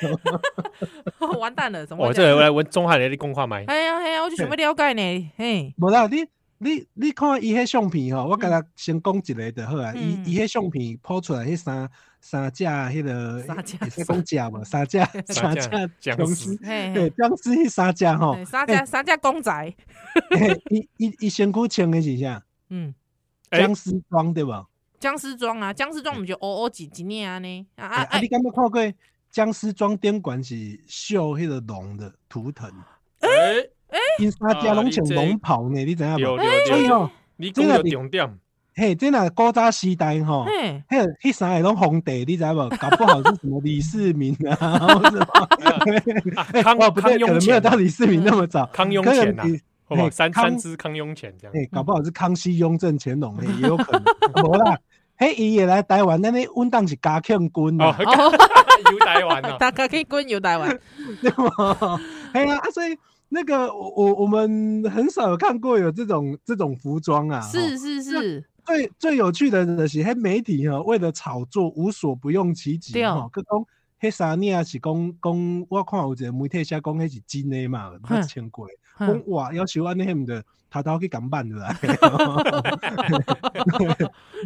Speaker 4: 觉。
Speaker 3: 哦完蛋了，怎么
Speaker 4: 哦
Speaker 2: 我
Speaker 3: 会
Speaker 2: 这
Speaker 3: 样？
Speaker 2: 个来问钟汉的你讲话 麦，
Speaker 3: 哎呀哎呀，我就想要了解呢， 嘿，
Speaker 4: 无啦，你你你看伊迄相片
Speaker 2: 嗯
Speaker 4: 吼，我甲他先讲一个就好啊。伊
Speaker 3: 嗯
Speaker 4: 伊迄相片抛出来迄三三只迄个，
Speaker 3: 三只
Speaker 4: 会使讲只无？三只三只
Speaker 2: 僵
Speaker 4: 僵
Speaker 2: 尸嗯
Speaker 4: 尸，
Speaker 3: 嘿
Speaker 4: 对哦哎
Speaker 3: 嘿，
Speaker 4: 僵尸迄三只吼
Speaker 3: 嘿，三只三只公仔，
Speaker 4: 嘿伊伊伊身躯穿的是啥？
Speaker 3: 嗯，
Speaker 2: 哎
Speaker 4: 僵尸装对无？
Speaker 3: 僵尸装啊，僵尸装我们就哦哦几几年啊呢，啊
Speaker 4: 哎
Speaker 3: 啊
Speaker 4: 啊，
Speaker 3: 啊
Speaker 4: 你，敢捌看过僵尸装顶管是绣迄个龙的图腾？
Speaker 2: 哎，
Speaker 4: 因三只
Speaker 2: 啊
Speaker 4: 拢穿
Speaker 2: 你这
Speaker 4: 龙袍呢，你知
Speaker 3: 哎
Speaker 4: 影
Speaker 2: 有
Speaker 4: 无？
Speaker 2: 有
Speaker 4: 所以
Speaker 2: 有，
Speaker 4: 吼，
Speaker 2: 你讲有重点，啊
Speaker 4: 嘿，这若古早时代
Speaker 2: 嗯
Speaker 4: 吼。
Speaker 3: 嘿，
Speaker 4: 迄个迄三个拢皇帝，你知无？搞不好是什么李世民啊， 或者 什么
Speaker 2: 啊
Speaker 4: 哎
Speaker 2: 康
Speaker 4: 哦不对，
Speaker 2: 康雍
Speaker 4: 可能没有
Speaker 2: 乾啊嗯
Speaker 4: 到李世民那么早，
Speaker 2: 康雍
Speaker 4: 可能
Speaker 2: 乾呐啊
Speaker 4: 比
Speaker 2: 好不好？
Speaker 4: 嘿
Speaker 2: 三
Speaker 4: 康
Speaker 2: 三只康雍乾这样，
Speaker 4: 哎，搞不好是康熙、雍正、乾 隆，嘿也有可能。无啦，嘿，伊也来台湾，那你稳当是嘉庆君
Speaker 2: 哦
Speaker 4: 啦，，
Speaker 3: 哦，
Speaker 2: 游台湾哦呐，
Speaker 3: 大家可以滚游台湾，
Speaker 4: 对吗？哎呀，啊所以那个我我我们很少有看过有这种这种服装 啊，吼
Speaker 3: 是是是，
Speaker 4: 最最有趣的就是迄媒体吼、为了炒作无所不用其极
Speaker 3: 对哦
Speaker 4: 吼，佮讲迄三年是讲讲，我看有一个媒体写讲迄是真的嘛，
Speaker 3: 嗯
Speaker 4: 捌穿过，讲哇，要是安尼毋着偷偷去共办落 来，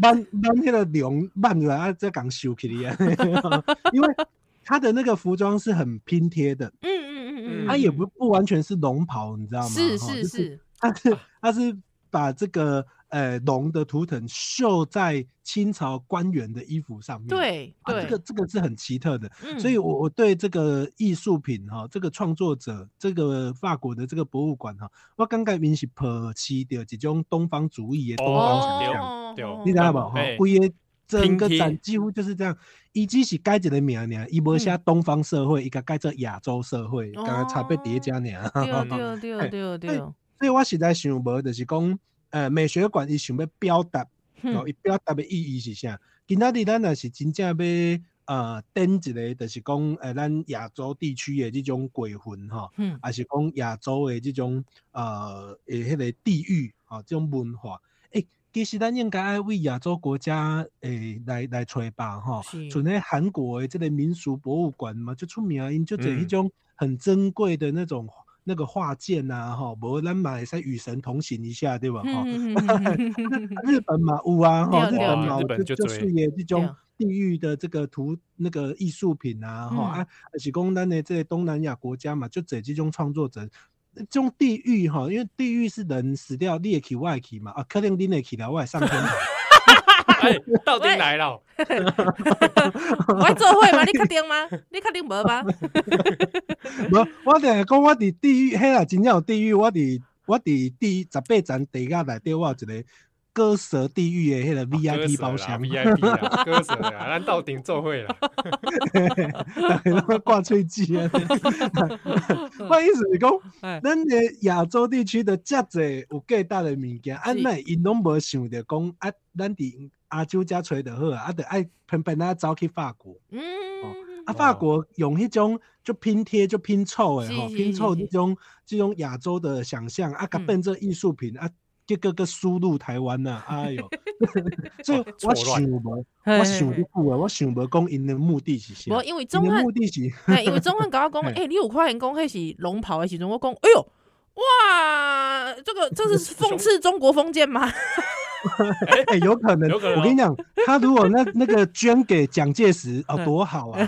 Speaker 4: 办办迄个龙办落来，啊， 再共收起来，因为他的那个服装是很拼贴的，
Speaker 3: 嗯嗯嗯嗯，
Speaker 4: 它也不不完全是龙袍，你知道吗？
Speaker 3: 是
Speaker 4: 吼
Speaker 3: 是，
Speaker 4: 就是他
Speaker 3: 啊
Speaker 4: 是他是把这个呃龙的图腾绣在清朝官员的衣服上面。
Speaker 3: 对
Speaker 4: 啊。
Speaker 3: 对
Speaker 4: 这，个这个是很奇特的，
Speaker 3: 嗯
Speaker 4: 所以我我对这个艺术品哈、这个创作者，这个法国的这个博物馆哈、我感觉面是抛弃掉一种东方主义的东方想象，
Speaker 3: 哦
Speaker 2: 对
Speaker 3: 哦
Speaker 4: 你知道不？哈、
Speaker 2: 哎
Speaker 4: 规个整个
Speaker 2: 拼贴
Speaker 4: 展几乎就是这样，伊只是改一个名尔，伊无
Speaker 3: 嗯
Speaker 4: 写东方社会，伊甲改做亚洲社会，刚刚差别叠加尔。
Speaker 3: 哦
Speaker 4: 啊 哎
Speaker 3: 对对对对对，
Speaker 4: 所以我实在想无，就是讲，呃，美学馆伊想要表达，
Speaker 3: 嗯
Speaker 4: 哦，伊表达的意义是啥？今仔日咱若是真正要，呃，顶一个，就是讲，呃，咱亚洲地区的这种鬼魂吼，
Speaker 3: 嗯
Speaker 4: 还是讲亚洲的这种，呃，诶，迄个地域吼、这种文化，诶、其实咱应该爱为亚洲国家诶、来来找吧吼，
Speaker 3: 是
Speaker 4: 像咧韩国的这个民俗博物馆嘛，就出名啊，因就做
Speaker 2: 嗯
Speaker 4: 迄种很珍贵的那种那个画件呐、啊，吼，无咱嘛会使与神同行一下，对吧？吼、
Speaker 3: 嗯，
Speaker 4: 日本嘛有啊，吼，
Speaker 3: 对
Speaker 4: 日本
Speaker 2: 哇
Speaker 4: 嘛
Speaker 2: 日
Speaker 4: 有
Speaker 2: 本
Speaker 4: 就
Speaker 2: 就
Speaker 4: 就是
Speaker 2: 多
Speaker 4: 也这种
Speaker 3: 对
Speaker 4: 地域的这个图那个艺术品啊，吼、啊，而且讲咱的这个东南亚国家嘛，就这这种创作者。这种地狱哈，因为地狱是人死掉，你也去，我也去嘛。啊，可能你也去了，我也上天堂。
Speaker 2: 哎，到底来了，哦
Speaker 3: 我做会吗？你确定 吗？你确定无吗？
Speaker 4: 无，我定会讲我伫地狱，迄啦，真正有地狱。我伫我伫第十八层地下内底，我有一个割舌地狱的迄
Speaker 2: 哦
Speaker 4: 个 VIP 包厢，
Speaker 2: ，VIP 啦，歌手啦，咱到顶做会啦，
Speaker 4: 挂喙机啊。我意思是讲，
Speaker 3: 哎，
Speaker 4: 咱的亚洲地区的遮侪有价值的物件，啊，
Speaker 3: 是
Speaker 4: 那因拢无想着讲啊，咱伫亚洲遮揣就好啊，啊，着爱偏偏啊走去法国。
Speaker 3: 嗯
Speaker 4: 啊，
Speaker 2: 哦
Speaker 4: 法国用迄种就拼贴就拼凑诶
Speaker 3: 是
Speaker 4: 吼，
Speaker 3: 是
Speaker 4: 拼凑
Speaker 3: 是
Speaker 4: 这
Speaker 3: 是
Speaker 4: 种这种亚洲的想象啊，甲
Speaker 3: 嗯
Speaker 4: 变做艺术品啊，结个个输入台湾 呐，哎哟，所以
Speaker 2: 哦
Speaker 4: 我
Speaker 2: 错乱
Speaker 4: 想无，我想一句啊，我想无讲因的目的是啥
Speaker 3: 无，，因为
Speaker 4: 因
Speaker 3: 钟
Speaker 4: 的
Speaker 3: 汉
Speaker 4: 目，的是
Speaker 3: 哎，因为钟汉甲我讲，哎，你有发现讲迄是龙袍的时阵，我讲，哎呦，哇，这个这是讽刺中国封 建吗？
Speaker 4: 哎，有可能，
Speaker 2: 有可能
Speaker 4: 我跟你讲，他如果那那个捐给蒋介石，哦，
Speaker 3: 嗯
Speaker 4: 多好啊！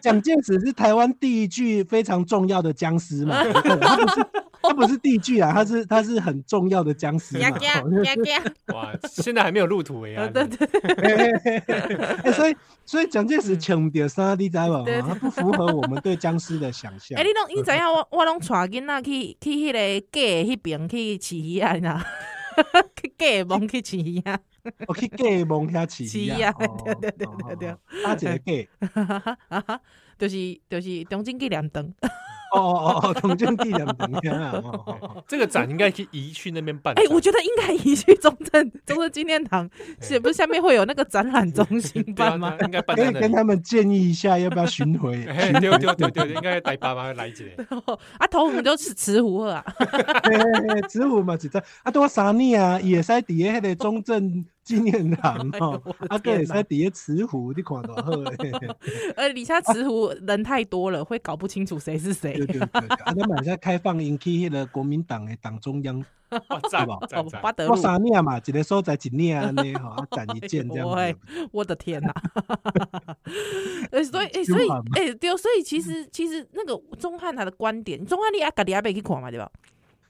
Speaker 4: 蒋介石是台湾第一具非常重要的僵尸嘛，他不是它不是地剧啊，它是它是很重要的僵 尸嘛。
Speaker 3: 呀呀
Speaker 2: 哦
Speaker 4: 吼就是
Speaker 3: 呀呀！
Speaker 2: 哇，现在还没有欸入土为安
Speaker 3: 呃
Speaker 2: 呢。
Speaker 3: 对对
Speaker 4: 哎，所以所以蒋介石抢点啥你知无？
Speaker 3: 对
Speaker 4: 它不符合我们对僵尸的想象
Speaker 3: 哎，。你拢你知影我我拢带囡仔去去迄个假的迄边去饲鱼啊，呐， 去假的网去饲鱼啊，
Speaker 4: 我去 gay 蒙遐起
Speaker 3: 起啊
Speaker 4: 对
Speaker 3: 对对对对对，
Speaker 4: 阿姐 gay，
Speaker 3: 就是就是中正纪念 堂。
Speaker 4: 哦哦哦，同正地两等天啊，哦哦哦
Speaker 2: 这个展应该去移去那边办
Speaker 3: 哎
Speaker 2: 展。，
Speaker 3: 我觉得应该移去中 正中正纪念堂，是不是下面会有那个展览中心
Speaker 2: 对啊
Speaker 3: 办吗？
Speaker 2: 应该办
Speaker 4: 可
Speaker 2: 在
Speaker 4: 以
Speaker 2: 那
Speaker 4: 跟
Speaker 2: 里。
Speaker 4: 他们建议一下，要不要巡回？
Speaker 2: 哎，对对对对，应该带爸妈来一个。
Speaker 3: 啊，头我们都是慈湖啊，
Speaker 4: 嘿嘿嘿子午嘛，一只啊，多三年啊，伊会使伫咧迄个中正纪念堂
Speaker 3: 哎呦
Speaker 4: 吼
Speaker 3: 我的，
Speaker 4: 啊，个
Speaker 3: 天
Speaker 4: 会使
Speaker 3: 哪
Speaker 4: 伫咧慈湖，你看到好诶。
Speaker 3: 而底下慈湖人太多了，会搞不清楚谁是谁
Speaker 4: 对。对对，对啊，咱嘛会使开放引起迄个国民党诶党中央，
Speaker 2: 哇，赞
Speaker 4: 好
Speaker 3: 哦
Speaker 2: 赞，赞
Speaker 3: 巴！德
Speaker 4: 多
Speaker 3: 路，
Speaker 4: 三年嘛，一个所在一年安尼吼，啊，展一件这样
Speaker 3: 哎呦
Speaker 4: 子。
Speaker 3: 我的天呐、 呃，所 以，哎、所以
Speaker 4: 凶悍嘛，嗯
Speaker 3: 哎、对，所以其实其实那个钟汉他的观点，钟汉你阿家己阿伯去看嘛，对吧？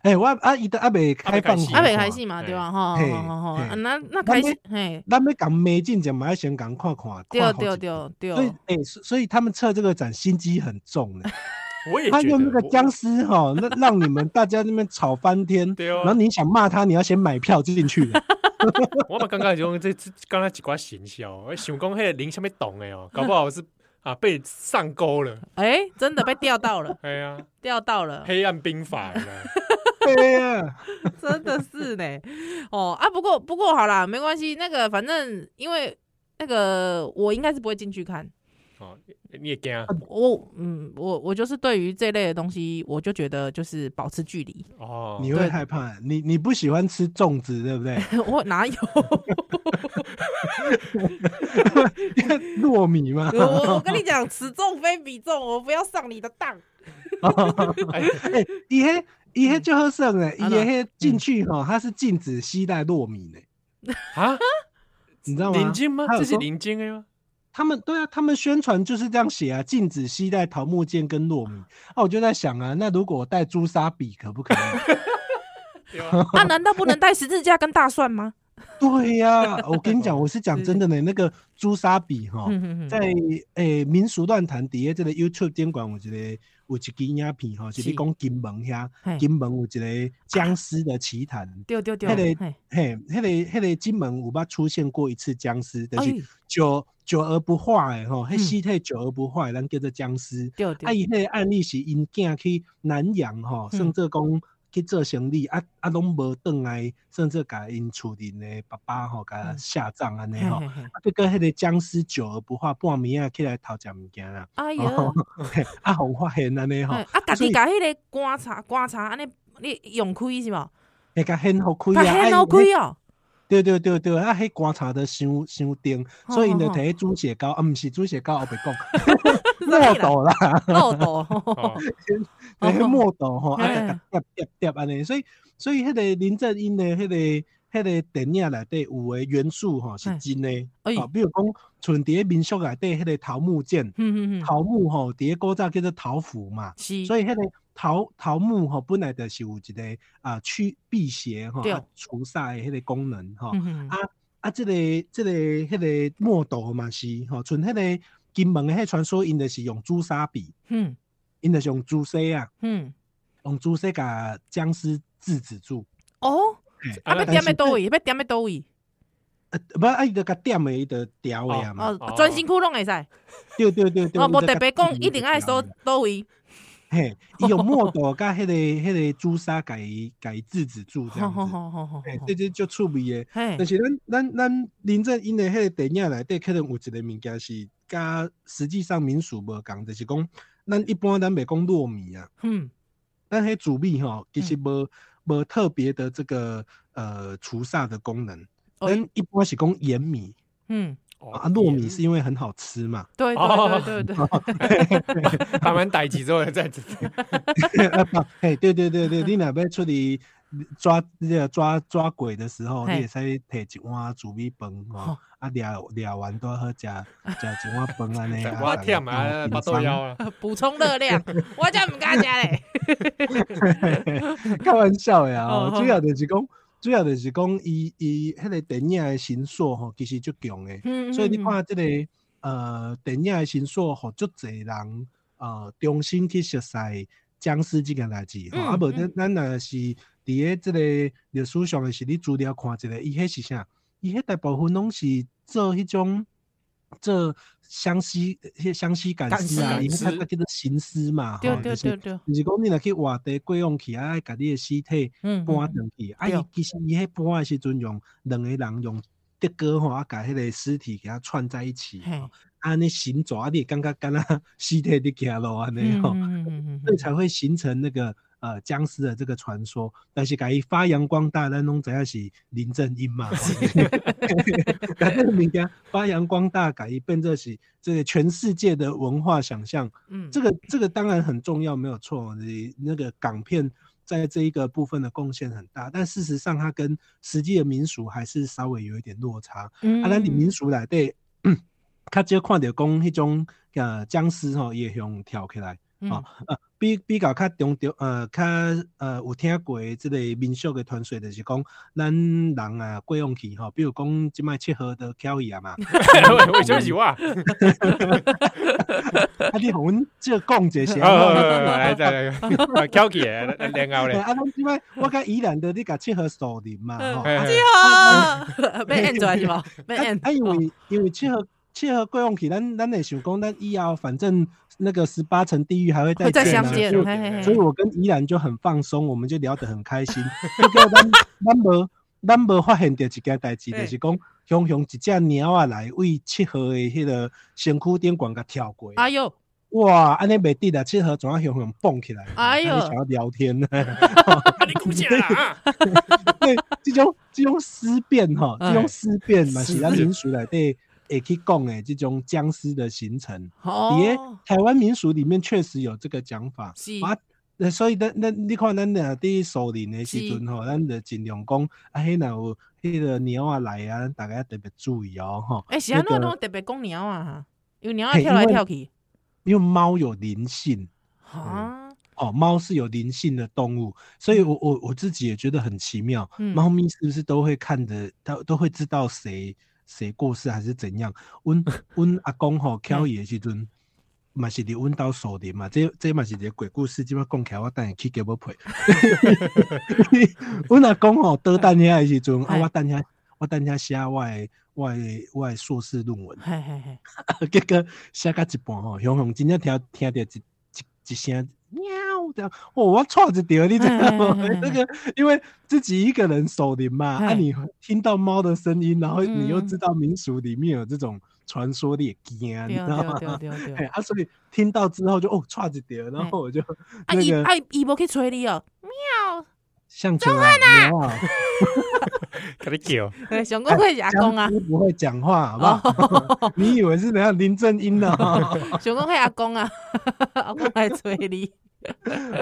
Speaker 4: 哎，我啊，伊都阿未开放，
Speaker 2: 还
Speaker 3: 阿
Speaker 2: 没
Speaker 3: 伯开。戏嘛，对吧？哈，
Speaker 4: 嘿
Speaker 3: 吼吼吼
Speaker 4: 嘿
Speaker 3: 啊那那开戏，嘿，
Speaker 4: 咱要讲美景，就嘛要先讲看看。
Speaker 3: 对哦
Speaker 4: 看
Speaker 3: 对
Speaker 4: 好几遍
Speaker 3: 对
Speaker 4: 所以
Speaker 3: 对，，
Speaker 4: 哎，所所以他们测这个展心机很重的。
Speaker 2: 我也
Speaker 4: 他
Speaker 2: 觉
Speaker 4: 用那
Speaker 2: 得
Speaker 4: 个
Speaker 2: 我，
Speaker 4: 僵尸哈，那让你们大家那边吵翻天
Speaker 2: 对哦
Speaker 4: 然后你想骂他，你要先买票进 去。
Speaker 2: 我嘛刚刚用这这刚刚几挂行销，我想讲迄个林下面懂的 哦，搞不好是啊被上钩了。
Speaker 3: 哎、真的被钓到了，
Speaker 2: 哎呀，
Speaker 3: 钓到了，
Speaker 2: 黑暗兵法有没有
Speaker 4: 对啊呀，
Speaker 3: 真的是呢。哦啊，不过不过好啦，没关系，那个反正因为那个我应该是不会进去看。
Speaker 2: 哦，你也惊
Speaker 3: 我嗯，我我就是对于这类的东西，我就觉得就是保持距离。
Speaker 2: 哦，
Speaker 4: 你会害怕，你你不喜欢吃粽子，对不对？
Speaker 3: 我 哪有？
Speaker 4: 糯米 嘛，
Speaker 2: 哦
Speaker 3: 我我跟你讲，此重非彼重，我不要上你的当。
Speaker 2: 哎，
Speaker 4: 哎，伊迄伊
Speaker 2: 嗯
Speaker 4: 迄就好耍诶，伊
Speaker 3: 啊
Speaker 4: 的迄进去哈，它是禁止携带糯米的，
Speaker 2: 啊，
Speaker 4: 你知道
Speaker 2: 领
Speaker 4: 吗？
Speaker 2: 巾吗
Speaker 4: 他？有
Speaker 2: 这是
Speaker 4: 说
Speaker 2: 领巾的吗？
Speaker 4: 他们对啊，他们宣传就是这样写啊，禁止携带桃木剑跟糯米。啊，我就在想啊，那如果我带朱砂笔可不可以？
Speaker 2: 对啊，
Speaker 3: 啊，难道不能带十字架跟大蒜吗？
Speaker 4: 对呀、我跟你讲，我是讲真的呢。那个朱砂笔哈，
Speaker 3: 嗯嗯
Speaker 4: 哦在诶、民俗乱谈底下，这个 YouTube 监管有一个有一支影片吼，就是
Speaker 3: 是
Speaker 4: 讲金门遐，
Speaker 3: 嗯，
Speaker 4: 金门有一个僵尸的奇谈。
Speaker 3: 丢丢丢，
Speaker 4: 那个
Speaker 3: 嘿
Speaker 4: 嘿，迄个迄个金门有捌出现过一次僵尸，就
Speaker 3: 哎
Speaker 4: 是久久而不化诶吼，
Speaker 3: 嗯
Speaker 4: 迄尸体久而不化的，咱叫做僵尸。
Speaker 3: 丢丢
Speaker 4: 啊，，伊迄个案例是因囝去南洋吼，
Speaker 3: 嗯
Speaker 4: 甚至讲去做生理，啊啊拢无倒来，甚至甲因厝里的爸爸吼甲
Speaker 3: 嗯
Speaker 4: 下葬安尼
Speaker 3: 嘿
Speaker 4: 吼。
Speaker 3: 嘿嘿
Speaker 4: 啊，结果迄个僵尸久而不化，半暝啊起来偷食物件啦，
Speaker 3: 哎呀
Speaker 4: 哦，嘿啊，互发现安尼吼
Speaker 3: 嘿，啊，家己
Speaker 4: 所以
Speaker 3: 甲迄个观察观察，安尼你用开是无？
Speaker 4: 会甲掀好开
Speaker 3: 把
Speaker 4: 啊，啊
Speaker 3: 黑脑开
Speaker 4: 伊
Speaker 3: 哦，
Speaker 4: 对对对对，啊，迄观察的伤伤定，
Speaker 3: 哦
Speaker 4: 所以因就
Speaker 3: 吼吼
Speaker 4: 摕迄猪血糕，啊，毋是猪血糕， 后壁讲
Speaker 3: 啥
Speaker 4: 墨
Speaker 3: 啦
Speaker 4: 斗啦，
Speaker 3: 漏斗，
Speaker 2: 哦，
Speaker 4: 对，迄
Speaker 3: 哦嗯
Speaker 4: 墨斗吼，啊，
Speaker 3: 嘿
Speaker 4: 甲甲叠叠叠安尼，所以所以迄个林正英的迄个。迄个电影内底有诶元素吼是
Speaker 3: 嘿
Speaker 4: 真诶，
Speaker 3: 哎，
Speaker 4: 啊，比如讲，像伫咧民俗内底迄个桃木剑，
Speaker 3: 嗯嗯嗯，
Speaker 4: 桃木吼伫咧古早叫做桃符嘛，
Speaker 3: 是，
Speaker 4: 所以迄个桃桃木吼、本来就是有一个啊驱辟邪吼、
Speaker 3: 对
Speaker 4: 啊除煞的迄个功能吼、
Speaker 3: 嗯嗯
Speaker 4: 啊啊，即、个即、个迄、个墨斗嘛是吼，像迄个金门的迄传说，因就是用朱砂笔，
Speaker 3: 嗯
Speaker 4: 因就是用朱砂啊，
Speaker 3: 嗯，
Speaker 4: 用朱砂甲僵尸制止住。
Speaker 3: 哦，
Speaker 4: 嘿
Speaker 3: 啊，要
Speaker 2: 但
Speaker 3: 点
Speaker 4: 是
Speaker 3: 的倒位，要点的倒位，
Speaker 4: 呃，不，啊，伊就甲点的，伊就调的啊嘛。
Speaker 3: 哦
Speaker 2: 哦，
Speaker 3: 专心窟拢会使，
Speaker 4: 对对对对。
Speaker 3: 哦，
Speaker 4: 伊
Speaker 3: 无
Speaker 4: 就甲
Speaker 3: 特别讲
Speaker 4: 点的
Speaker 3: 一定爱
Speaker 4: 就
Speaker 3: 收
Speaker 4: 调的
Speaker 3: 倒位，
Speaker 4: 嘿，伊用墨斗甲迄个迄个朱砂甲伊甲伊制止住这样 子。哎
Speaker 3: 好好
Speaker 4: 嘿，这就就趣味的。
Speaker 3: 嘿
Speaker 4: 但，是咱咱咱林正英的迄个电影内底，可能有一个物件是甲实际上民俗无共，就是讲咱一般咱袂讲糯米啊，
Speaker 3: 嗯，
Speaker 4: 咱迄煮米吼，其实无无、特别的这个呃除煞的功能。
Speaker 3: 哦
Speaker 4: 咱一般是讲盐米
Speaker 3: 嗯，
Speaker 4: 啊，糯米是因为很好吃 嘛，
Speaker 3: 对
Speaker 2: 哦
Speaker 3: 对对对 对，
Speaker 2: 把完逮起之后再
Speaker 4: 啊，嘿，对对对对，你若要出去抓那个抓抓鬼的时候，
Speaker 3: 嘿
Speaker 4: 你也使摕一碗煮米饭吼
Speaker 3: 吼，
Speaker 4: 啊抓抓完都好食，食一碗饭安尼。啊
Speaker 2: 我忝啊，巴肚枵。啊，
Speaker 3: 补充热 量，我才毋敢食咧。
Speaker 4: 开玩笑的啊！
Speaker 3: 哦
Speaker 4: 哦，主要就是讲，主要就是讲，伊伊迄个电影的神索吼，其实足强的。
Speaker 3: 嗯
Speaker 4: 所以你，
Speaker 3: 嗯
Speaker 4: 看即个呃电影的神索，吼足侪人呃重新去熟悉僵尸即件代志吼。
Speaker 3: 嗯
Speaker 4: 啊无咱
Speaker 3: 嗯
Speaker 4: 咱若是伫咧即个历史上的是你资料看一个，伊迄是啥？伊迄大部分拢是做迄种做湘西迄湘西赶
Speaker 2: 赶
Speaker 4: 尸啊，
Speaker 2: 尸
Speaker 4: 伊
Speaker 2: 赶
Speaker 4: 迄
Speaker 2: 尸
Speaker 4: 个叫做行尸嘛，
Speaker 3: 对
Speaker 4: 吼
Speaker 3: 对
Speaker 4: 就
Speaker 3: 对
Speaker 4: 是
Speaker 3: 对，
Speaker 4: 就是讲你若去外地过往去啊，家己的尸体
Speaker 3: 嗯，
Speaker 4: 搬上去，啊，
Speaker 3: 对
Speaker 4: 伊其实伊迄搬的时阵用两个人用竹篙吼，啊，甲迄个尸体给它串在一起，
Speaker 3: 嘿
Speaker 4: 吼，啊，你行走啊，你会感觉敢若尸体伫行路安尼
Speaker 3: 嗯
Speaker 4: 吼，
Speaker 3: 嗯嗯嗯
Speaker 4: 所以才会形成那个呃僵尸的这个传说。但是甲伊发扬光大，咱拢知影是林正英嘛，吼 甲这个物件发扬光大，甲伊变作是这个全世界的文化想象。
Speaker 3: 嗯，
Speaker 4: 这个这个当然很重要，没有错。你那个港片在这一个部分的贡献很大，但事实上它跟实际的民俗还是稍微有一点落差。
Speaker 3: 嗯
Speaker 4: 啊，咱的民俗内底，较少看到讲迄种呃僵尸吼、也向跳起来。
Speaker 3: 嗯
Speaker 4: 啊，呃，比比较较中着，呃，较呃有听过即个民俗嘅传说，就是讲咱人啊过往去吼，比如讲即摆七号都翘伊啊嘛，
Speaker 2: 为什么是我？啊
Speaker 4: 啊你互阮即 讲者是
Speaker 3: 哦
Speaker 2: 好好好
Speaker 4: 安怎？
Speaker 2: 好来再来，我翘起来，然后
Speaker 4: 哎，
Speaker 2: 咧，
Speaker 4: 啊，咱即摆我甲宜兰的你甲七号锁林嘛，
Speaker 3: 呃嗯
Speaker 4: 吼，
Speaker 2: 嘿
Speaker 4: 啊
Speaker 2: 嘿
Speaker 3: 啊，被按出来 是吧？哦被按，
Speaker 4: 啊，因为因为七号七号过往去，咱咱会想讲，咱以后反正那个十八层地狱还会
Speaker 3: 会再
Speaker 4: 再
Speaker 3: 相
Speaker 4: 啊
Speaker 3: 见嗯
Speaker 4: 所以，
Speaker 3: 嘿嘿
Speaker 4: 所以
Speaker 3: 嘿，
Speaker 4: 我跟依兰就很放松，我们就聊得很开心。这个咱 咱无咱无发现到一件代志，
Speaker 3: 嘿
Speaker 4: 就是讲熊熊一只猫啊来为七号的迄个身躯顶悬甲跳过。
Speaker 3: 哎呦，
Speaker 4: 哇，安尼袂得啦，七号怎啊熊熊蹦起来？
Speaker 3: 哎呦
Speaker 4: 啊你想要聊天呢？
Speaker 2: 啊你讲啥啦？啊
Speaker 4: 对，这种这种思辨吼，
Speaker 3: 哎
Speaker 4: 这种思辨嘛
Speaker 2: 思
Speaker 4: 是
Speaker 2: 辨
Speaker 4: 咱民俗内底会去讲的这种僵尸的形成。也
Speaker 3: 哦，
Speaker 4: 台湾民俗里面确实有这个讲法。
Speaker 3: 是，
Speaker 4: 啊，那所以咱咱你看咱俩伫熟人的时阵吼，咱就尽量讲啊，迄若有迄个猫啊来啊，咱大家特别注意哦吼，
Speaker 3: 哎，是安怎拢特别讲鸟啊，有鸟啊跳来跳去，
Speaker 4: 因为猫有灵性。
Speaker 3: 啊，
Speaker 4: 哦，猫是有灵性的动物，所以我我我自己也觉得很奇妙。
Speaker 3: 嗯
Speaker 4: 猫咪是不是都会看的，它都会知道谁谁过世还是怎样？阮阮阿公吼敲伊的时阵，嘛是伫阮兜守的嘛，这这嘛是一个鬼故事，即摆讲起来我等下去给要赔。阮阿公吼倒等遐的时阵，啊
Speaker 3: 嘿
Speaker 4: 我等遐我等遐写我的我的我的硕士论文，
Speaker 3: 嘿嘿嘿，
Speaker 4: 结果写到一半吼，熊熊真正听听到一一一声喵的，哦，我错一条，你知道吗
Speaker 3: 哎哎哎哎？
Speaker 4: 那个因为自己一个人守林嘛，啊，
Speaker 3: 哎
Speaker 4: 你听到猫的声音，然后你又
Speaker 3: 嗯
Speaker 4: 知道民俗里面有这种传说，你也惊，你
Speaker 3: 对哦
Speaker 4: 知道
Speaker 3: 对对对
Speaker 4: 吗？
Speaker 3: 哦
Speaker 4: 哎
Speaker 3: 对，
Speaker 4: 啊，所以听到之后就哦，错一条，然后我就
Speaker 3: 啊伊啊伊无去催你哦，喵，
Speaker 4: 像出来猫啊，
Speaker 2: 给你叫，
Speaker 4: 哎
Speaker 3: 想讲会是阿公 啊
Speaker 4: 僵，尸不会讲话，好 不好？你以为是怎样林正英啊呢？
Speaker 3: 想讲会阿公啊， 阿公来催 你，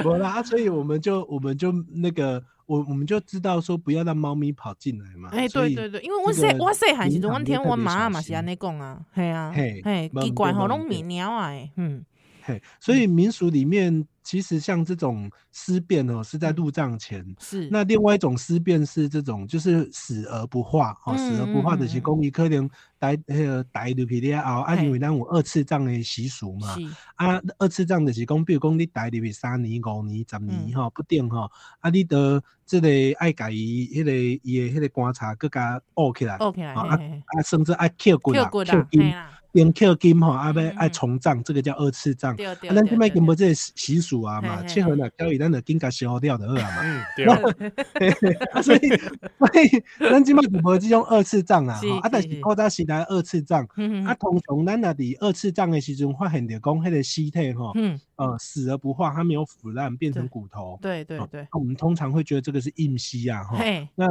Speaker 4: 不啦，啊所以我们就我们就那个，我我们就知道说不要让猫咪跑进来嘛。
Speaker 3: 哎，
Speaker 4: 啊所
Speaker 3: 对
Speaker 4: 以
Speaker 3: 对对，因为我
Speaker 4: 这
Speaker 3: 细
Speaker 4: 个
Speaker 3: 我细汉时阵，
Speaker 4: 银
Speaker 3: 我
Speaker 4: 行
Speaker 3: 听
Speaker 4: 要特
Speaker 3: 我
Speaker 4: 别
Speaker 3: 妈
Speaker 4: 小
Speaker 3: 嘛是
Speaker 4: 心
Speaker 3: 安尼讲啊，系啊，
Speaker 4: 嘿
Speaker 3: 嘿，
Speaker 4: 慢
Speaker 3: 奇
Speaker 4: 慢
Speaker 3: 怪吼，
Speaker 4: 慢
Speaker 3: 拢
Speaker 4: 慢
Speaker 3: 迷鸟啊，嗯，
Speaker 4: 嘿，所以民俗里面其实像这种尸变哦，是在
Speaker 3: 嗯
Speaker 4: 入葬前。
Speaker 3: 是，
Speaker 4: 那另外一种尸变是这种，就是死而不化哦，死而不化的
Speaker 3: 嗯嗯
Speaker 4: 是
Speaker 3: 嗯
Speaker 4: 讲伊可能待呃待入去了后，啊，
Speaker 3: 嘿
Speaker 4: 因为咱有二次葬的习俗嘛，
Speaker 3: 是，
Speaker 4: 啊，二次账就是讲，比如讲你贷入去三年、五年、十
Speaker 3: 嗯
Speaker 4: 年吼、不定吼，啊，你得即个爱家伊迄个伊的迄个观察，搁甲挖起来，
Speaker 3: OK 啦，
Speaker 4: 好
Speaker 3: 嘿嘿
Speaker 4: 啊，甚至爱捡骨
Speaker 3: 跳
Speaker 4: 啦
Speaker 3: 过、哦啦
Speaker 4: 捡，
Speaker 3: 嘿
Speaker 4: 金、
Speaker 3: 啦，
Speaker 4: 连捡金吼，啊，要
Speaker 3: 嗯
Speaker 4: 爱重葬，这个叫二次账。
Speaker 3: 对
Speaker 4: 啊
Speaker 3: 对，
Speaker 4: 咱即摆
Speaker 3: 对
Speaker 4: 根
Speaker 3: 对
Speaker 4: 本这个习俗啊嘛，
Speaker 3: 嘿嘿
Speaker 4: 切合若交易，咱就紧甲消耗掉就好啊嘛。
Speaker 2: 嗯，对，
Speaker 4: 啊，所以所以咱即摆就无即种二次账啊，
Speaker 3: 是
Speaker 4: 吼啊，但
Speaker 3: 是
Speaker 4: 是
Speaker 3: 是
Speaker 4: 古早时代的二次账，
Speaker 3: 嗯
Speaker 4: 啊，
Speaker 3: 嗯
Speaker 4: 通常咱若伫二次账的时阵，发现着讲迄个尸体吼。
Speaker 3: 嗯，
Speaker 4: 呃死而不化，它没有腐烂变成
Speaker 3: 对
Speaker 4: 骨头。
Speaker 3: 对对
Speaker 4: 哦
Speaker 3: 对，
Speaker 4: 那我们通常会觉得这个是硬尸啊，哈。
Speaker 3: 嘿，
Speaker 4: 那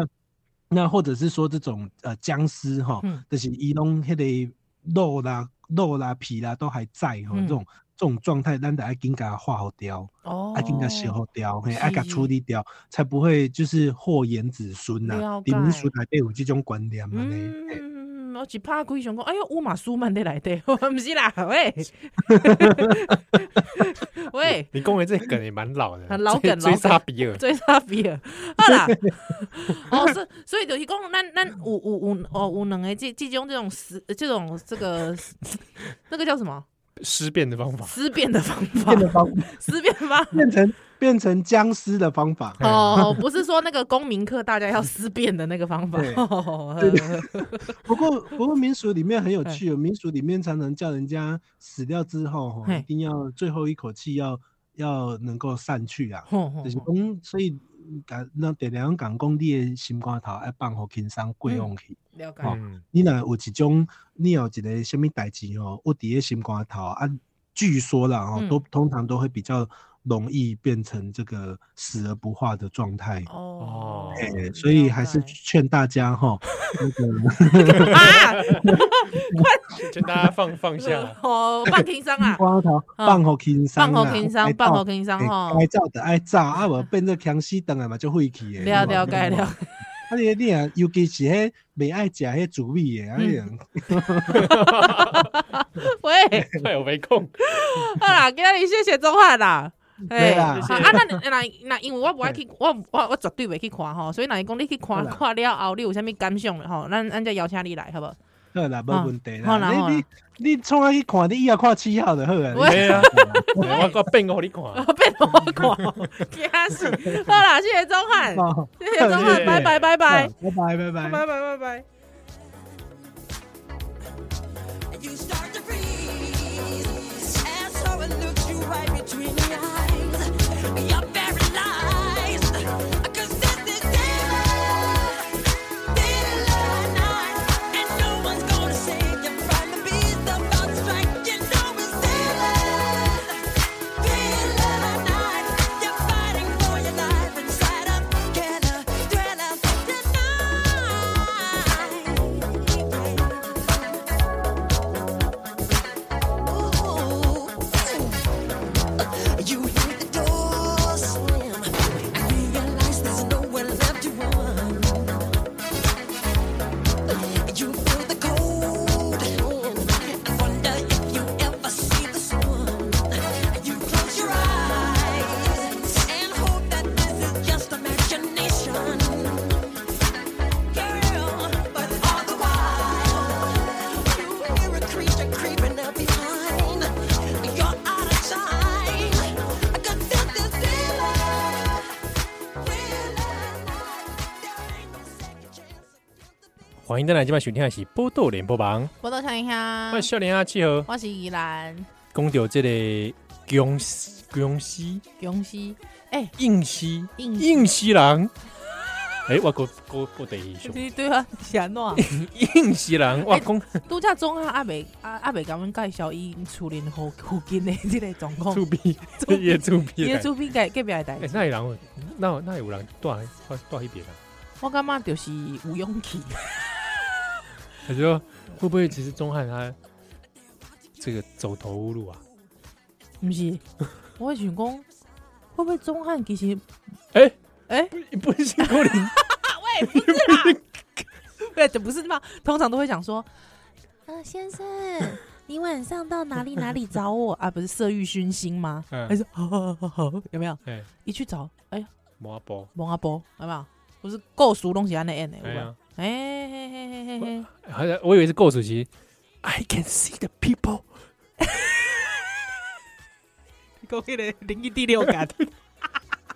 Speaker 4: 那或者是说这种呃僵尸哈
Speaker 3: 嗯，
Speaker 4: 就是伊拢迄个肉啦、肉啦、皮啦都还在哈，
Speaker 3: 嗯
Speaker 4: 这种种状态，咱得爱紧甲化好掉，
Speaker 3: 哦
Speaker 4: 爱紧甲消好掉，嘿，爱甲
Speaker 3: 是
Speaker 4: 处理掉，才不会就是祸延子孙呐
Speaker 3: 了。解
Speaker 4: 伫民俗内底有这种观念安尼。嘿
Speaker 3: 嗯，我一拍开想讲，哎哟，乌马苏曼在内底，我毋是啦，喂，喂，
Speaker 2: 你讲的这梗也蛮老的，
Speaker 3: 很老
Speaker 2: 追
Speaker 3: 梗
Speaker 2: 追
Speaker 3: 老
Speaker 2: 杀比尔，
Speaker 3: 最差别，好啦，哦，所以所以就是讲，咱咱有有有哦有两个这这种这种思这种这个那个叫什么
Speaker 2: 尸变的方法。
Speaker 3: 思辨的方法
Speaker 4: 变，得方
Speaker 3: 思辨方法
Speaker 4: 变成变成僵尸的方法，
Speaker 3: 哦，不是说那个公民课大家要思辨的那个方法，
Speaker 4: 对
Speaker 3: 哦
Speaker 4: 对不过，不过民俗里面很有趣
Speaker 3: 哎
Speaker 4: 哦，民俗里面常常叫人家死掉之后，吼，
Speaker 3: 嘿
Speaker 4: 一定要最后一口气要要能够散去啊。
Speaker 3: 吼吼
Speaker 4: 就是讲，所以嗯讲，那点两讲讲，你的心肝头要放互轻松过往去。
Speaker 3: 了解，
Speaker 2: 嗯，
Speaker 4: 你若有一种，你有一个什么代志哦，我伫个心肝头啊，据说啦哦，
Speaker 3: 嗯
Speaker 4: 都通常都会比较容易变成这个死而不化的状态。
Speaker 3: 哦
Speaker 2: 哦，
Speaker 4: 哎、所以还是
Speaker 3: 了解
Speaker 4: 劝大家哈，那个。
Speaker 3: 啊，。
Speaker 2: 劝大家放放下
Speaker 3: 哦，放轻松啊，
Speaker 4: 光头 放好轻松啦，啊哎
Speaker 3: 放好轻松，放好轻松吼
Speaker 4: 吼，。该照的爱照，啊无变做强死等来嘛就晦气的。
Speaker 3: 了
Speaker 4: 你嘛
Speaker 3: 了解
Speaker 4: 你嘛
Speaker 3: 了，
Speaker 4: 啊你你啊，尤其是迄袂爱食迄滋味
Speaker 3: 嗯
Speaker 4: 的，啊你啊
Speaker 3: 喂，
Speaker 2: 哎，我没空。
Speaker 3: 好啦，今日谢谢钟汉啦。
Speaker 4: 对啦
Speaker 3: 啊，啊那那那，因为我不爱去，我我我绝对袂去看吼，所以那你讲你去看
Speaker 4: 好啦
Speaker 3: 看了后，你有啥物感想吼？咱咱再邀请你来，好不好？
Speaker 4: 好啦，
Speaker 3: 好
Speaker 4: 无问题
Speaker 3: 好啦好
Speaker 4: 啦。
Speaker 3: 啦
Speaker 4: 你你你冲啊去看，你以后看七号就好啊。
Speaker 3: 喂
Speaker 2: 对 啊，我我变给你看。
Speaker 3: 变我看，惊死！好啦，谢谢钟汉
Speaker 4: 你，哦
Speaker 3: 谢谢钟汉，拜拜拜拜，
Speaker 4: 好拜拜
Speaker 3: 拜
Speaker 4: 拜拜。
Speaker 3: 拜拜拜。
Speaker 1: and you start to freeze. And so it looks you right between the eyes. You're paralyzed. 'Cause this is daylight, daylight night. And no one's gonna save you from the beast about to strike. You know it's daylight, daylight night. You're fighting for your life inside a killer thriller. Tonight. You hit the door slam and realize there's nowhere left to run. You feel the cold hand and wonder if you ever see the sun. You close your eyes and hope that this is just imagination. Girl, but all the while. You hear a creature creeping up behind. You're out of time. Cause this is daylight, daylight night. There ain't no second chance against the big.
Speaker 2: 欢迎再来，今晚收听的是《波豆联播榜》，
Speaker 3: 我都想一下
Speaker 2: 我是少年阿七号，
Speaker 3: 我是依兰，
Speaker 2: 讲到这个僵尸僵尸
Speaker 3: 恭喜！哎，
Speaker 2: 硬尸
Speaker 3: 硬尸
Speaker 2: 硬尸 人，哎，我个个个第一
Speaker 3: 你对啊，是安怎？
Speaker 2: 硬尸人，我讲
Speaker 3: 拄则总啊，阿伯阿阿伯甲阮介绍伊厝里附附近的即个状 况，
Speaker 2: 出 逼，哦也出逼，
Speaker 3: 伊的厝边隔隔壁的代
Speaker 2: 哎，
Speaker 3: 志，
Speaker 2: 那有人有，那那有人住在住住那边啊？
Speaker 3: 我感觉就是有勇气。
Speaker 2: 他说会不会其实钟汉他这个走投无路啊？
Speaker 3: 毋是，我想讲，会不会钟汉其实
Speaker 2: 哎
Speaker 3: 哎，
Speaker 2: 不不是郭林，
Speaker 3: 喂，不是 啦，对，这不是嘛？通常都会讲说，呃，先生， 你晚上到哪里哪里找 我啊？不是色欲熏心吗？还
Speaker 2: 嗯，
Speaker 3: 是 好好好好，有没有？
Speaker 2: 哎，
Speaker 3: 一去找，哎呀，
Speaker 2: 摩波，
Speaker 3: 蒙阿波，有没有？不是够熟东西安的 end
Speaker 2: 哎呀
Speaker 3: 的，，哎嘿嘿嘿嘿嘿，
Speaker 2: 好像哎我以为是够主席。I can see the people，
Speaker 3: 讲迄个灵异第六 感，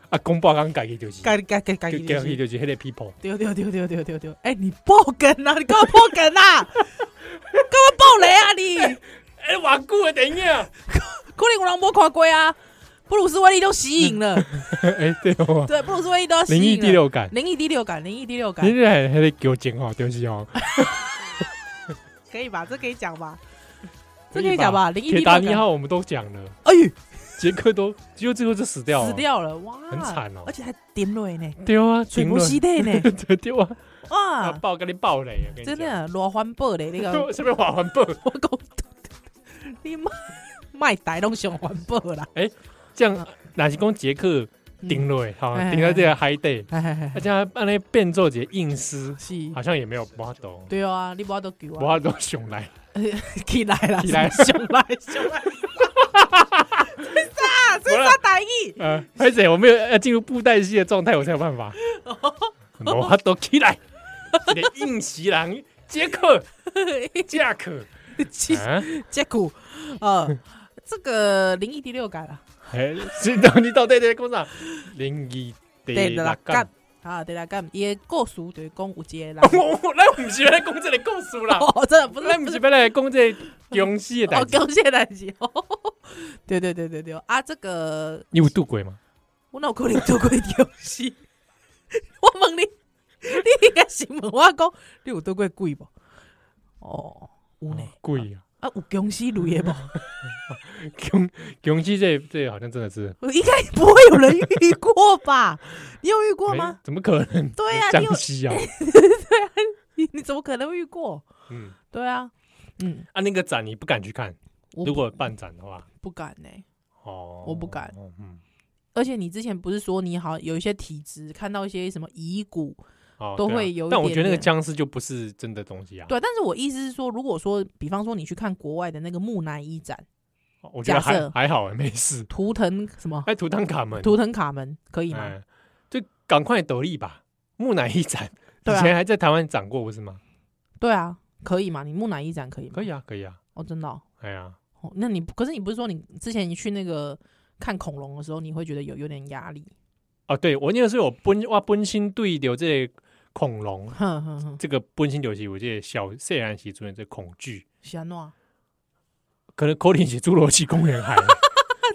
Speaker 2: 啊，公报刚改的就是，
Speaker 3: 改改改
Speaker 2: 改
Speaker 3: 改
Speaker 2: 的就是那个 people，
Speaker 3: 丢丢丢丢丢丢丢！哎、你爆梗啊！你干嘛爆梗啊？干嘛爆雷啊你？
Speaker 2: 哎，偌久的电 影，啊
Speaker 3: 可能有人没看过啊！布鲁斯威利都吸引了，
Speaker 2: 哎，对哦，
Speaker 3: 对，布鲁斯威利都吸
Speaker 2: 灵
Speaker 3: 引了。
Speaker 2: 异第，六感，
Speaker 3: 灵异第六感，灵异第六
Speaker 2: 你
Speaker 3: 感，
Speaker 2: 这还还得给我剪哦，就是 哦，
Speaker 3: 可以吧？这可以讲吧？这可以讲？吧？灵异第
Speaker 2: 铁
Speaker 3: 六
Speaker 2: 达
Speaker 3: 感
Speaker 2: 尼，号我们都讲了，
Speaker 3: 哎呦，
Speaker 2: 杰克都结果最后就死掉了，
Speaker 3: 死，掉了，哇，
Speaker 2: 很惨哦
Speaker 3: 而且还点泪呢，
Speaker 2: 对啊，
Speaker 3: 水不吸泪 呢，
Speaker 2: 对对啊，啊，
Speaker 3: 哇，
Speaker 2: 爆给你爆雷啊，跟你
Speaker 3: 真
Speaker 2: 讲，
Speaker 3: 的，偌环保的那个，
Speaker 2: 这边滑环蹦。
Speaker 3: 我讲，你妈卖台拢上环保 啦。
Speaker 2: 这样若是讲杰克顶落，好
Speaker 3: 哎
Speaker 2: 顶在这个海底，
Speaker 3: 哎哎哎
Speaker 2: 而且按那变奏节硬诗，
Speaker 3: 是，
Speaker 2: 好像也没有巴懂，
Speaker 3: 对啊，你无都救啊，
Speaker 2: 巴懂熊 来，
Speaker 3: 起来啦，
Speaker 2: 起来
Speaker 3: 上来上 来。这啥？这啥台语？
Speaker 2: 呃，而且我没有要进入布袋戏的状态，我才有 办法，巴懂起来， 你的硬袭狼杰克杰克
Speaker 3: 其
Speaker 2: 啊，
Speaker 3: 结果，呃，这个零一第六感啊，
Speaker 2: 哎，是到你到底在工厂零一
Speaker 3: 第
Speaker 2: 第六
Speaker 3: 六感
Speaker 2: 感。，
Speaker 3: 啊，第六感，伊的故事就是讲有一个人
Speaker 2: 我咱不是要来讲这个故事啦，
Speaker 3: 哦，真的不是
Speaker 2: 咱
Speaker 3: 不
Speaker 2: 不是
Speaker 3: 是，
Speaker 2: 要来讲这个中西的代
Speaker 3: 哦，
Speaker 2: 志。
Speaker 3: 感谢代志， 哦对对对对对，啊，这个
Speaker 2: 你有渡鬼吗？
Speaker 3: 我哪有可能做过游戏？ 我问你， 你应该是问我讲，你有做过鬼无？哦，有呢，
Speaker 2: 鬼啊！
Speaker 3: 啊，有公司类的无？
Speaker 2: 穷穷西这这好像真的是
Speaker 3: 我 应该不会有人遇过吧？ 你有遇过
Speaker 2: 哎
Speaker 3: 吗？
Speaker 2: 怎么可能？
Speaker 3: 对啊你
Speaker 2: 江
Speaker 3: 有
Speaker 2: 西啊，
Speaker 3: 你你怎么可能遇过？
Speaker 2: 嗯，
Speaker 3: 对啊，嗯，
Speaker 2: 啊，那个展你不敢去看，
Speaker 3: 我
Speaker 2: 如
Speaker 3: 不
Speaker 2: 果办展的话，
Speaker 3: 不敢呢、
Speaker 2: 哦，
Speaker 3: 我不敢
Speaker 2: 哦，嗯，
Speaker 3: 而且你之前不是说你好像有一些体质，看到一些什么遗骨，
Speaker 2: 哦
Speaker 3: 都
Speaker 2: 对啊
Speaker 3: 会有一
Speaker 2: 但我觉得那个
Speaker 3: 点点
Speaker 2: 僵尸就不是真的东西啊。
Speaker 3: 对啊。但是我意思是说，如果说，比方说你去看国外的那个木乃伊展，
Speaker 2: 哦，我觉得
Speaker 3: 假
Speaker 2: 还
Speaker 3: 设
Speaker 2: 还好，没事。
Speaker 3: 图腾什么
Speaker 2: 哎，图坦卡门，
Speaker 3: 图腾卡门，可以吗？
Speaker 2: 哎，就赶快得力吧。 木乃伊展以
Speaker 3: 对啊
Speaker 2: 前还在台湾展过，不是吗？
Speaker 3: 对啊，可以吗？你木乃伊展可以吗？
Speaker 2: 可以啊，可以啊，
Speaker 3: 哦，真的哦。
Speaker 2: 哎呀，
Speaker 3: 哦那你可是你不是说你之前你去那个看恐龙的时候，你会觉得有有点压力？
Speaker 2: 哦，对我那个时候有本哇本心对流这个恐龙，
Speaker 3: 哼哼哼，
Speaker 2: 这个本心流是我记得小虽然时阵这恐惧。
Speaker 3: 喜安诺，
Speaker 2: 可能口里是侏罗纪公园海 了。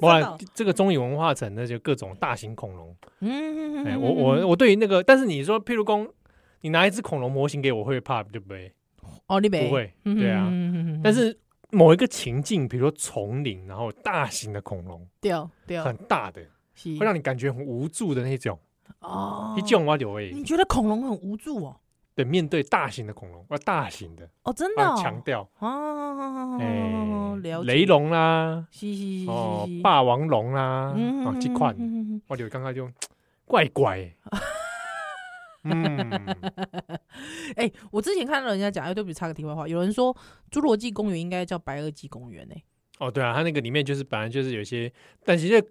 Speaker 2: 哇
Speaker 3: 真的哦，
Speaker 2: 这个中影文化城那就各种大型恐龙。
Speaker 3: 嗯，
Speaker 2: 哎、我我我对于那个，但是你说，譬如公，你拿一只恐龙模型给我，我会怕对不对？
Speaker 3: 哦，你
Speaker 2: 不
Speaker 3: 不，
Speaker 2: 会，
Speaker 3: 嗯
Speaker 2: 对啊。
Speaker 3: 嗯嗯嗯嗯嗯
Speaker 2: 但是某一个情境，比如说丛林，然后大型的恐龙，
Speaker 3: 对对，啊
Speaker 2: 很大的，
Speaker 3: 是
Speaker 2: 会让你感觉很无助的那种。
Speaker 3: 哦，
Speaker 2: 一种我有诶，
Speaker 3: 你觉得恐龙很无助哦？
Speaker 2: 对，面对大型的恐龙，哇，大型的，
Speaker 3: 哦，真的
Speaker 2: 要
Speaker 3: 哦
Speaker 2: 啊强调，
Speaker 3: 哦，
Speaker 2: 哎，
Speaker 3: 了解
Speaker 2: 雷，龙啦，
Speaker 3: 嘻嘻嘻
Speaker 2: 哦
Speaker 3: 嘻，，
Speaker 2: 霸王龙啦，啊，这款。
Speaker 3: 嗯
Speaker 2: 我就刚刚就怪怪 欸、嗯，
Speaker 3: 哎、我之前看到人家讲，哎，对不起，插个题外话，有人说侏罗纪公园应该叫白垩纪公园呢、
Speaker 2: 哦，对啊，它那个里面就是本来就是有一些，但其实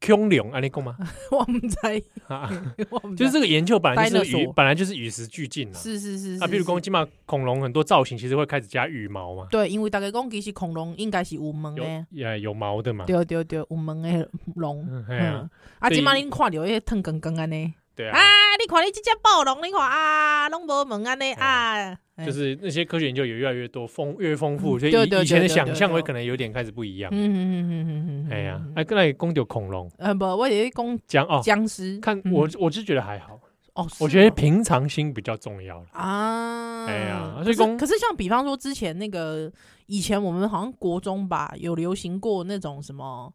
Speaker 2: 恐龙啊，你讲吗？
Speaker 3: 我们在，
Speaker 2: 啊
Speaker 3: 我不知
Speaker 2: 就是这个研究本来就是与
Speaker 3: Dinosaur
Speaker 2: 本来就是与时俱进啊。
Speaker 3: 是是是
Speaker 2: 啊，
Speaker 3: 是
Speaker 2: 比如
Speaker 3: 是
Speaker 2: 讲，起码恐龙很多造型其实会开始加羽毛嘛，
Speaker 3: 对，因为大家讲其实恐龙应该是有毛
Speaker 2: 有
Speaker 3: 的，
Speaker 2: 也有毛的嘛。
Speaker 3: 对对对，有毛的龙。
Speaker 2: 嗯，哎呀
Speaker 3: 嗯，，啊，
Speaker 2: 所以
Speaker 3: 即摆恁看着迄个烫光光安尼，
Speaker 2: 对
Speaker 3: 啊
Speaker 2: 啊，，
Speaker 3: 你看你即只暴龙，你看啊，拢无毛安尼啊，哎嗯
Speaker 2: 就是那些科学研究也越来越多，丰越丰富，所以
Speaker 3: 对对
Speaker 2: 以以前的
Speaker 3: 对对
Speaker 2: 想
Speaker 3: 对
Speaker 2: 象
Speaker 3: 对
Speaker 2: 会可能有点开始不一样
Speaker 3: 嗯。嗯嗯嗯嗯嗯，嗯
Speaker 2: 哎呀，哎，跟那公丢恐龙
Speaker 3: 呃，不，我也是讲
Speaker 2: 讲哦，
Speaker 3: 僵尸。
Speaker 2: 看
Speaker 3: 嗯
Speaker 2: 我我是觉得还好，
Speaker 3: 哦，
Speaker 2: 我
Speaker 3: 是
Speaker 2: 觉得
Speaker 3: 吗
Speaker 2: 平常心比较重要啦
Speaker 3: 啊，
Speaker 2: 哎呀所
Speaker 3: 可
Speaker 2: 以
Speaker 3: 是
Speaker 2: 讲
Speaker 3: 可是像比方说之前那个以前我们好像国中吧，有流行过那种什么，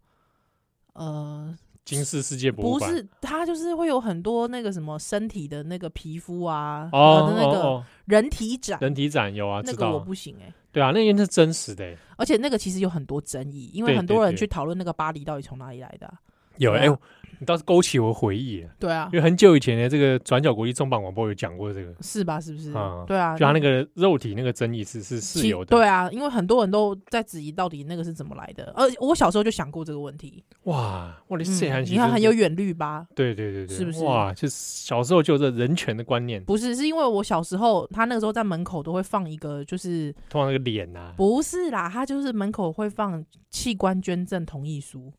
Speaker 3: 呃，
Speaker 2: 金氏世界博物
Speaker 3: 不
Speaker 2: 馆
Speaker 3: 是，它就是会有很多那个什么身体的那个皮肤啊，
Speaker 2: 哦
Speaker 3: 呃那个
Speaker 2: 哦
Speaker 3: 人体展
Speaker 2: 哦，，人体展有啊，
Speaker 3: 那
Speaker 2: 知
Speaker 3: 个
Speaker 2: 道
Speaker 3: 我
Speaker 2: 啊
Speaker 3: 不行哎、
Speaker 2: 对啊，那应该是真实的欸，
Speaker 3: 而且那个其实有很多争议，因
Speaker 2: 对
Speaker 3: 为很
Speaker 2: 对
Speaker 3: 多人
Speaker 2: 对
Speaker 3: 去讨论那个巴黎到底从哪里来的啊、
Speaker 2: 有
Speaker 3: 对啊
Speaker 2: 哎，我你倒是勾起我回忆了，
Speaker 3: 对啊
Speaker 2: 因，为很久以前的这个转角国际重磅广播有讲过这个，
Speaker 3: 是吧？是不是？
Speaker 2: 啊
Speaker 3: 对啊，
Speaker 2: 就他那个肉体那个争议是是是
Speaker 3: 其
Speaker 2: 有的，
Speaker 3: 对啊，因为很多人都在质疑到底那个是怎么来的。而我小时候就想过这个问题，
Speaker 2: 哇，我的
Speaker 3: 嗯
Speaker 2: 塞韩
Speaker 3: 你看很有，远虑吧？
Speaker 2: 对对对对，
Speaker 3: 是不是
Speaker 2: 哇？就是小时候就有这人权的观念，
Speaker 3: 不是，是因为我小时候，他那个时候在门口都会放一个，就是
Speaker 2: 通常那个脸啊呐，
Speaker 3: 不是啦，他就是门口会放器官捐赠同意书。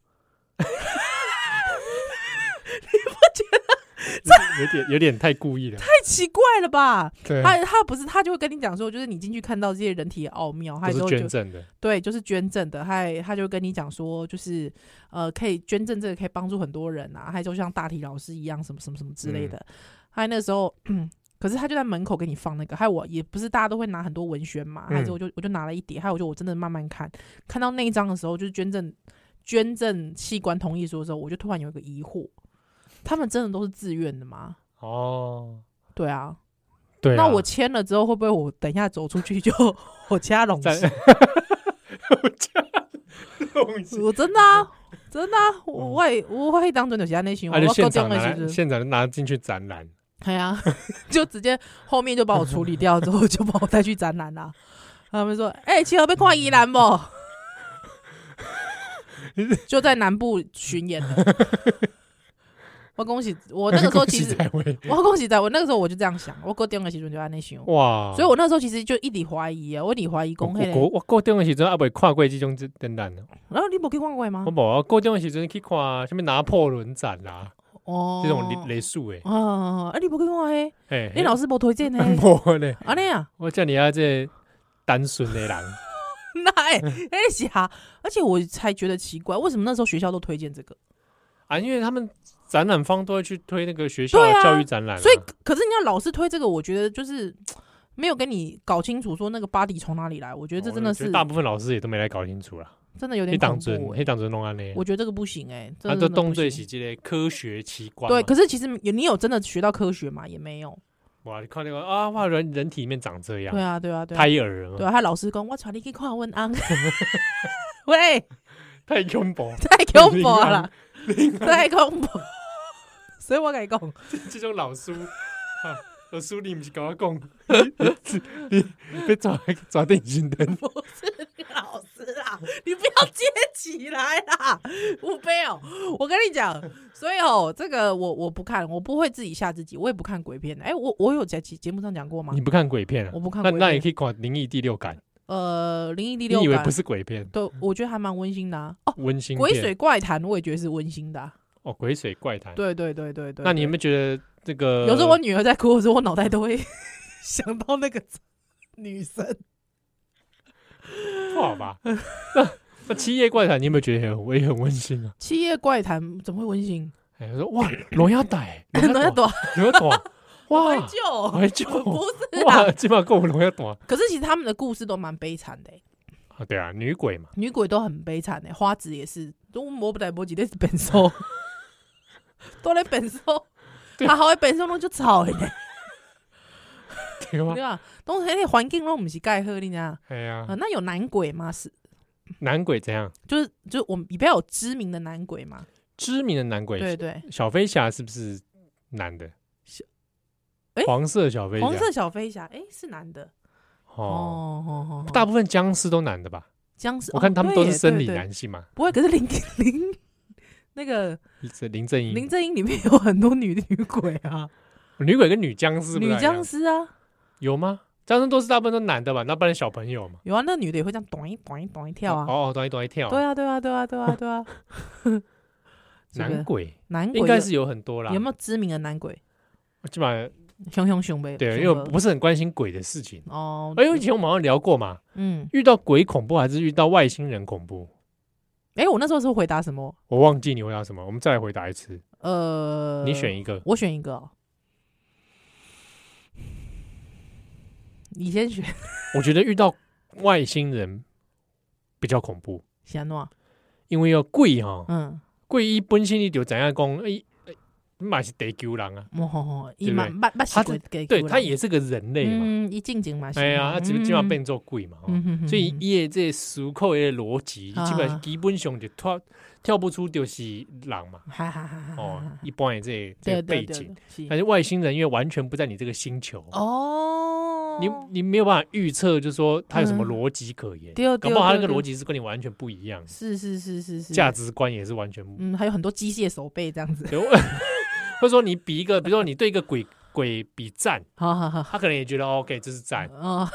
Speaker 2: 有点有点太故意了，
Speaker 3: 太奇怪了吧？
Speaker 2: 对，
Speaker 3: 他他不是他就会跟你讲说，就是你进去看到这些人体的奥妙，他
Speaker 2: 都
Speaker 3: 之
Speaker 2: 是
Speaker 3: 后
Speaker 2: 捐
Speaker 3: 就
Speaker 2: 赠的，
Speaker 3: 对，就是捐赠的，还他就跟你讲说，就是呃，可以捐赠这个可以帮助很多人啊，还就像大体老师一样，什么什么什么之类
Speaker 2: 嗯
Speaker 3: 的。还、那时候， 可是他就在门口给你放那个，还有我也不是大家都会拿很多文宣嘛，还是
Speaker 2: 嗯
Speaker 3: 我就我就拿了一叠，还有我就我真的慢慢看，看到那一张的时候，就是捐赠捐赠器官同意书的时候，我就突然有一个疑惑，他们真的都是自愿的吗？
Speaker 2: 哦，
Speaker 3: 对啊，
Speaker 2: 对啊，
Speaker 3: 那我签了 之 后，会不会我等一下走出去就我掐龙
Speaker 2: 在
Speaker 3: 是？
Speaker 2: 拢是
Speaker 3: 我真的 啊，真的啊，我我会我会当阵就是安尼想，
Speaker 2: 啊，
Speaker 3: 嗯我
Speaker 2: 哦就现
Speaker 3: 高
Speaker 2: 场
Speaker 3: 中
Speaker 2: 拿
Speaker 3: 的时
Speaker 2: 来，
Speaker 3: 阵，
Speaker 2: 现场拿进去展览。
Speaker 3: 哎呀， 就直接后面就把我处理掉，之后就把我带去展览啦。他们说：“哎、欸，七号被看宜 兰不？”就在南部巡 演了。我恭喜我那个时候其实，
Speaker 2: 在位，
Speaker 3: 我恭喜在，我那个时候我就这样想，我过中的时阵就安尼想，
Speaker 2: 哇！
Speaker 3: 所以我那时候其实就一直怀疑啊，我一直怀疑
Speaker 2: 我
Speaker 3: 讲迄
Speaker 2: 我
Speaker 3: 个，
Speaker 2: 我高中的时阵还未看过这种展览呢。
Speaker 3: 然后你无去看过吗
Speaker 2: 我？无啊，高中的时阵去看什么拿破仑展啦，
Speaker 3: 哦，
Speaker 2: 这种雷雷术诶，
Speaker 3: 啊，啊，你无去看迄，
Speaker 2: 哎，
Speaker 3: 你老师无 推 荐呢？
Speaker 2: 无咧，
Speaker 3: 安尼啊，
Speaker 2: 我叫你啊这单纯的人，
Speaker 3: 那哎 哎是啊，而且我才觉得奇怪，为什么那时候学校都推荐这个？
Speaker 2: 啊，因为他们展览方都会去推那个学校
Speaker 3: 对
Speaker 2: 的
Speaker 3: 啊
Speaker 2: 教育展览啊，
Speaker 3: 所以可是人家老师推这个，我觉得就是嗯没有跟你搞清楚说那个 body 从哪里来，我觉得这
Speaker 2: 我
Speaker 3: 真的
Speaker 2: 觉
Speaker 3: 是
Speaker 2: 得大部分老师也都没来搞清楚啦。
Speaker 3: 真的有
Speaker 2: 黑
Speaker 3: 点
Speaker 2: 党
Speaker 3: 恐
Speaker 2: 准
Speaker 3: 怖、，
Speaker 2: 黑
Speaker 3: 欸。
Speaker 2: 党准弄安尼，
Speaker 3: 我觉得这个不行哎、真
Speaker 2: 啊，
Speaker 3: 的
Speaker 2: 都
Speaker 3: 真的
Speaker 2: 当
Speaker 3: 不
Speaker 2: 做
Speaker 3: 行
Speaker 2: 是。这个科学奇观嘛。
Speaker 3: 对，可是其实有你有真的学到科学吗？也没有。
Speaker 2: 哇，你看那个啊，哇，人人体里面长这样
Speaker 3: 对，啊，对啊，对啊。
Speaker 2: 胎儿啊
Speaker 3: 对啊，他老师讲，我传你去看问 安。喂，
Speaker 2: 太恐 怖，
Speaker 3: 太恐怖了，太恐怖。 所以我跟你讲，
Speaker 2: 这种老师，啊老师你不是跟我讲，你被抓抓电刑灯，
Speaker 3: 不是那个 老师啦，你不要接起来啦！我没有，我跟你讲，所以哦，这个我我不看，我不会自己吓自己，我也不看鬼片的。哎、我我有在节节目上讲过吗
Speaker 2: 你？不看鬼片啊
Speaker 3: 我？不看
Speaker 2: 那
Speaker 3: 鬼
Speaker 2: 那也
Speaker 3: 片。
Speaker 2: 可以看《灵异第六感》，
Speaker 3: 呃，灵异第
Speaker 2: 你
Speaker 3: 六
Speaker 2: 以为
Speaker 3: 感
Speaker 2: 不，是鬼片，
Speaker 3: 对，我觉得还蛮温馨的、啊。哦，
Speaker 2: 温馨
Speaker 3: 鬼
Speaker 2: 片
Speaker 3: 水怪谈我也觉得是温馨的啊、
Speaker 2: 哦，鬼水怪谈。
Speaker 3: 对对对对对。
Speaker 2: 那你有
Speaker 3: 对
Speaker 2: 没有觉得这个？
Speaker 3: 有时候我女儿在哭的时候，我脑袋都会 想到那个女生。
Speaker 2: 不好吧？那那《七夜怪谈》，你有没有觉得很也很温馨啊？
Speaker 3: 七夜怪谈怎么会温 馨？
Speaker 2: 哎，我说哇，龙鸭蛋，
Speaker 3: 那要
Speaker 2: 蛋，
Speaker 3: 多
Speaker 2: 龙 鸭蛋，哇，
Speaker 3: 怀旧，
Speaker 2: 怀旧，
Speaker 3: 不是啦
Speaker 2: 哇，。起码够龙要短
Speaker 3: 可是其实他们的故事都蛮悲惨的欸、
Speaker 2: 啊，对啊，女鬼嘛，
Speaker 3: 女鬼都很悲惨的、欸花子也是，都摸不得摸几的本兽， 都来本兽，
Speaker 2: 对
Speaker 3: 啊
Speaker 2: 啊
Speaker 3: 他好会本兽拢就 吵的呢，
Speaker 2: 对吗
Speaker 3: 对？啊吧？都那个环境拢不是盖好的呀、
Speaker 2: 哎呀
Speaker 3: 啊，，那有男鬼吗？是，
Speaker 2: 男鬼怎样？
Speaker 3: 就是就是我们比较有知名的男鬼嘛，
Speaker 2: 知名的男鬼，
Speaker 3: 对对，
Speaker 2: 小飞侠是不是男的
Speaker 3: 小？哎
Speaker 2: 黄色小飞侠，
Speaker 3: 红色小飞侠，哎，是男的
Speaker 2: 哦，
Speaker 3: 哦哦哦，
Speaker 2: 大部分僵尸都男的吧？
Speaker 3: 僵尸，
Speaker 2: 我看
Speaker 3: 哦
Speaker 2: 他们都
Speaker 3: 对
Speaker 2: 是
Speaker 3: 耶
Speaker 2: 生
Speaker 3: 对
Speaker 2: 理
Speaker 3: 对
Speaker 2: 男性嘛，
Speaker 3: 不会，可是林 林那个
Speaker 2: 这林正
Speaker 3: 林
Speaker 2: 英，
Speaker 3: 正英里面有很多女女鬼啊，
Speaker 2: 女鬼跟女僵尸不太一
Speaker 3: 女
Speaker 2: 样，
Speaker 3: 僵尸啊，
Speaker 2: 有吗？僵尸都是大部分都男的吧？那不然小朋友嘛，
Speaker 3: 有啊，那女的也会这样咚一咚一咚一跳啊。
Speaker 2: 哦哦，短一短一跳，
Speaker 3: 对啊，对啊，对啊，对 啊，对啊。 这
Speaker 2: 男
Speaker 3: 个
Speaker 2: 鬼
Speaker 3: 男鬼
Speaker 2: 应该
Speaker 3: 有
Speaker 2: 是有很多啦，
Speaker 3: 有没有知名的男鬼？
Speaker 2: 基本上
Speaker 3: 熊熊熊呗。
Speaker 2: 对，啊
Speaker 3: 熊
Speaker 2: 因为我
Speaker 3: 哥
Speaker 2: 不是很关心鬼的事情。
Speaker 3: 哦，
Speaker 2: 哎，因为以前我们好像聊过嘛，
Speaker 3: 嗯，
Speaker 2: 遇到鬼恐怖还是遇到外星人恐怖？
Speaker 3: 哎，我那时候是回答什么？
Speaker 2: 我忘记你回答什么，我们再来回答一次，
Speaker 3: 呃，
Speaker 2: 你选，一个。
Speaker 3: 我选一个哦。你先选，
Speaker 2: 我觉得遇到外星人比较恐怖，
Speaker 3: 先诺。
Speaker 2: 因为要鬼哈，
Speaker 3: 啊嗯，
Speaker 2: 鬼伊本身你就怎样讲，哎，嘛是地球人啊，
Speaker 3: 哦吼吼，伊
Speaker 2: 对不
Speaker 3: 嘛
Speaker 2: 对
Speaker 3: 捌捌
Speaker 2: 他
Speaker 3: 是鬼给
Speaker 2: 对
Speaker 3: 过
Speaker 2: 他
Speaker 3: 人
Speaker 2: 也是个人类嘛，
Speaker 3: 嗯，伊进前嘛是。
Speaker 2: 哎呀，他基本基本上变做鬼嘛，哦
Speaker 3: 嗯，嗯嗯
Speaker 2: 所以
Speaker 3: 嗯
Speaker 2: 伊的这思考的逻辑，
Speaker 3: 啊
Speaker 2: 基本上基本上就跳跳不出就是人嘛，
Speaker 3: 哈哈哈哈
Speaker 2: 哦
Speaker 3: 哈哈，
Speaker 2: 一般的这这个
Speaker 3: 嗯对啊对
Speaker 2: 背
Speaker 3: 对
Speaker 2: 景，
Speaker 3: 对是
Speaker 2: 但是外星人因为完全不在你这个星球，
Speaker 3: 哦，
Speaker 2: 你你没有办法预测，就是说他有什么
Speaker 3: 嗯
Speaker 2: 逻辑可言，
Speaker 3: 对哦
Speaker 2: 搞
Speaker 3: 对
Speaker 2: 不好他那
Speaker 3: 对
Speaker 2: 个
Speaker 3: 对
Speaker 2: 逻辑是跟你完全不一样，
Speaker 3: 是是是是是
Speaker 2: 价值观也是完全不，
Speaker 3: 嗯，还有很多机械手背这样子。
Speaker 2: 对或者说你比一个，比如说你对一个鬼鬼比赞，
Speaker 3: 好好好，
Speaker 2: 他可能也觉得哦 OK 这是赞，
Speaker 3: 哦，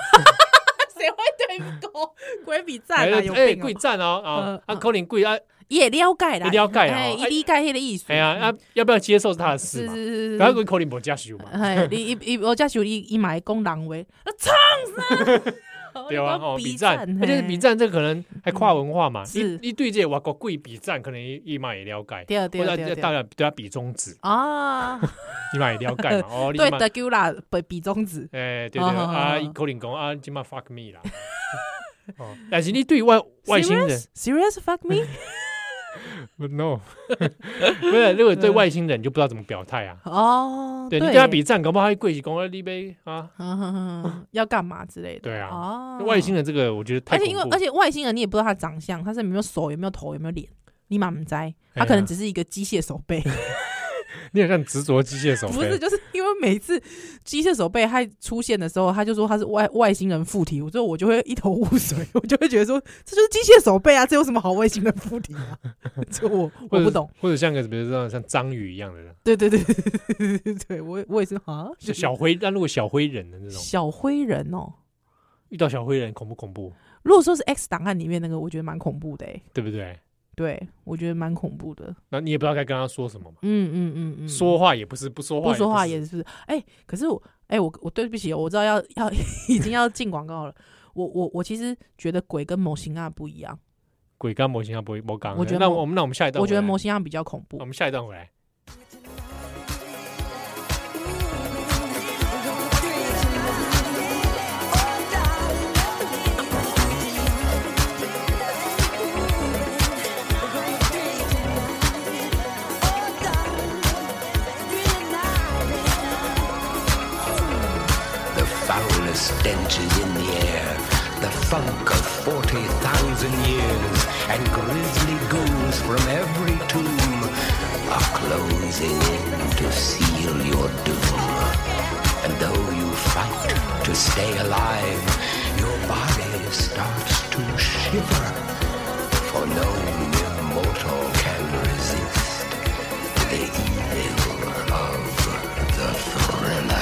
Speaker 3: 谁会对狗鬼比
Speaker 2: 哎
Speaker 3: 赞啊？有
Speaker 2: 哎
Speaker 3: 病哦
Speaker 2: 贵！赞哦啊
Speaker 3: 嗯，
Speaker 2: 啊
Speaker 3: 嗯
Speaker 2: 可能贵啊，
Speaker 3: 伊会了解啦，
Speaker 2: 会了解啊
Speaker 3: 哎，
Speaker 2: 哦
Speaker 3: 伊
Speaker 2: 哎
Speaker 3: 理解迄个意思。
Speaker 2: 哎呀，啊要不要接受是他的事
Speaker 3: 是
Speaker 2: 嘛
Speaker 3: 是，是是
Speaker 2: 然后
Speaker 3: 是。
Speaker 2: 贵可能不接受嘛，
Speaker 3: 哎，你伊伊，我家想伊伊嘛会讲人话， 啊，创 啥？
Speaker 2: 对啊，哦比赞，而
Speaker 3: 而
Speaker 2: 且比，赞这可能还跨文化嘛，
Speaker 3: 嗯是
Speaker 2: 你你对这个外国贵比赞可能一嘛也了解。
Speaker 3: 对
Speaker 2: 或
Speaker 3: 对
Speaker 2: 者
Speaker 3: 对
Speaker 2: 大
Speaker 3: 啊对。
Speaker 2: 家对他比中指，
Speaker 3: 啊，
Speaker 2: 你嘛也了解嘛？ 哦，你
Speaker 3: 对哦
Speaker 2: 嘛
Speaker 3: 的，丢啦，比比中指，
Speaker 2: 诶，对
Speaker 3: 好
Speaker 2: 对，
Speaker 3: 好好
Speaker 2: 啊，
Speaker 3: 好
Speaker 2: 伊可能讲啊，即嘛 fuck me 啦。哦，但是你对外外星人，
Speaker 3: serious fuck me，
Speaker 2: 哦 No，不是，如果对外星人你就不知道怎么表态啊。
Speaker 3: 哦，
Speaker 2: 对你跟他比，战，搞不好他跪起讲啊，你呗啊，
Speaker 3: 嗯哼哼哼 要干嘛之类的。
Speaker 2: 对啊
Speaker 3: 哦，
Speaker 2: 外星人这个我觉得太
Speaker 3: 而且
Speaker 2: 恐
Speaker 3: 因
Speaker 2: 怖
Speaker 3: 为
Speaker 2: 了。
Speaker 3: 而且外星人你也不知道他长相，他是有没有手，有没有头，有没有脸，你满不在，
Speaker 2: 哎呀
Speaker 3: 他可能只是一个机械手 背，
Speaker 2: 你很像执着机械手
Speaker 3: 不
Speaker 2: 呗
Speaker 3: 是，就是因为每次机械手背他出现的时候，他就说他是外外星人附体，我最后我就会一头雾水， 我就会觉得说这就是机械手背啊，这有什么好外星人附体啊？ 就我
Speaker 2: 或
Speaker 3: 我
Speaker 2: 者
Speaker 3: 不懂，，
Speaker 2: 或者像个比如说像章鱼一样的人，
Speaker 3: 对对对对对对对，我我也是啊，
Speaker 2: 就小灰，但如果小灰人的那种，
Speaker 3: 小灰人哦。
Speaker 2: 遇到小灰人恐不恐怖？
Speaker 3: 如果说是 X 档案里面那个，我觉得蛮恐怖的、欸，
Speaker 2: 对不对？
Speaker 3: 对我觉得蛮恐怖的。
Speaker 2: 那你也不知道该跟他说什么嘛，
Speaker 3: 嗯嗯嗯嗯，
Speaker 2: 说话也不是，不说话
Speaker 3: 不说话也
Speaker 2: 不是
Speaker 3: 是，哎、可是我，哎、我我对不起哦，我知道要要 已经要进广告了。我我我其实觉得鬼跟模型啊不一样，
Speaker 2: 鬼跟模型他不会不讲。
Speaker 3: 我觉得
Speaker 2: 那
Speaker 3: 模
Speaker 2: 我们那我们下一段回来，
Speaker 3: 我觉得模型啊比较恐怖
Speaker 2: 我。们下一段回来。
Speaker 5: The foulest stench is in the air, the funk of 40,000 years, and grisly ghouls from every tomb are closing in to seal your doom. And though you fight to stay alive, your body starts to shiver, for no mere mortal can resist the evil of the thriller.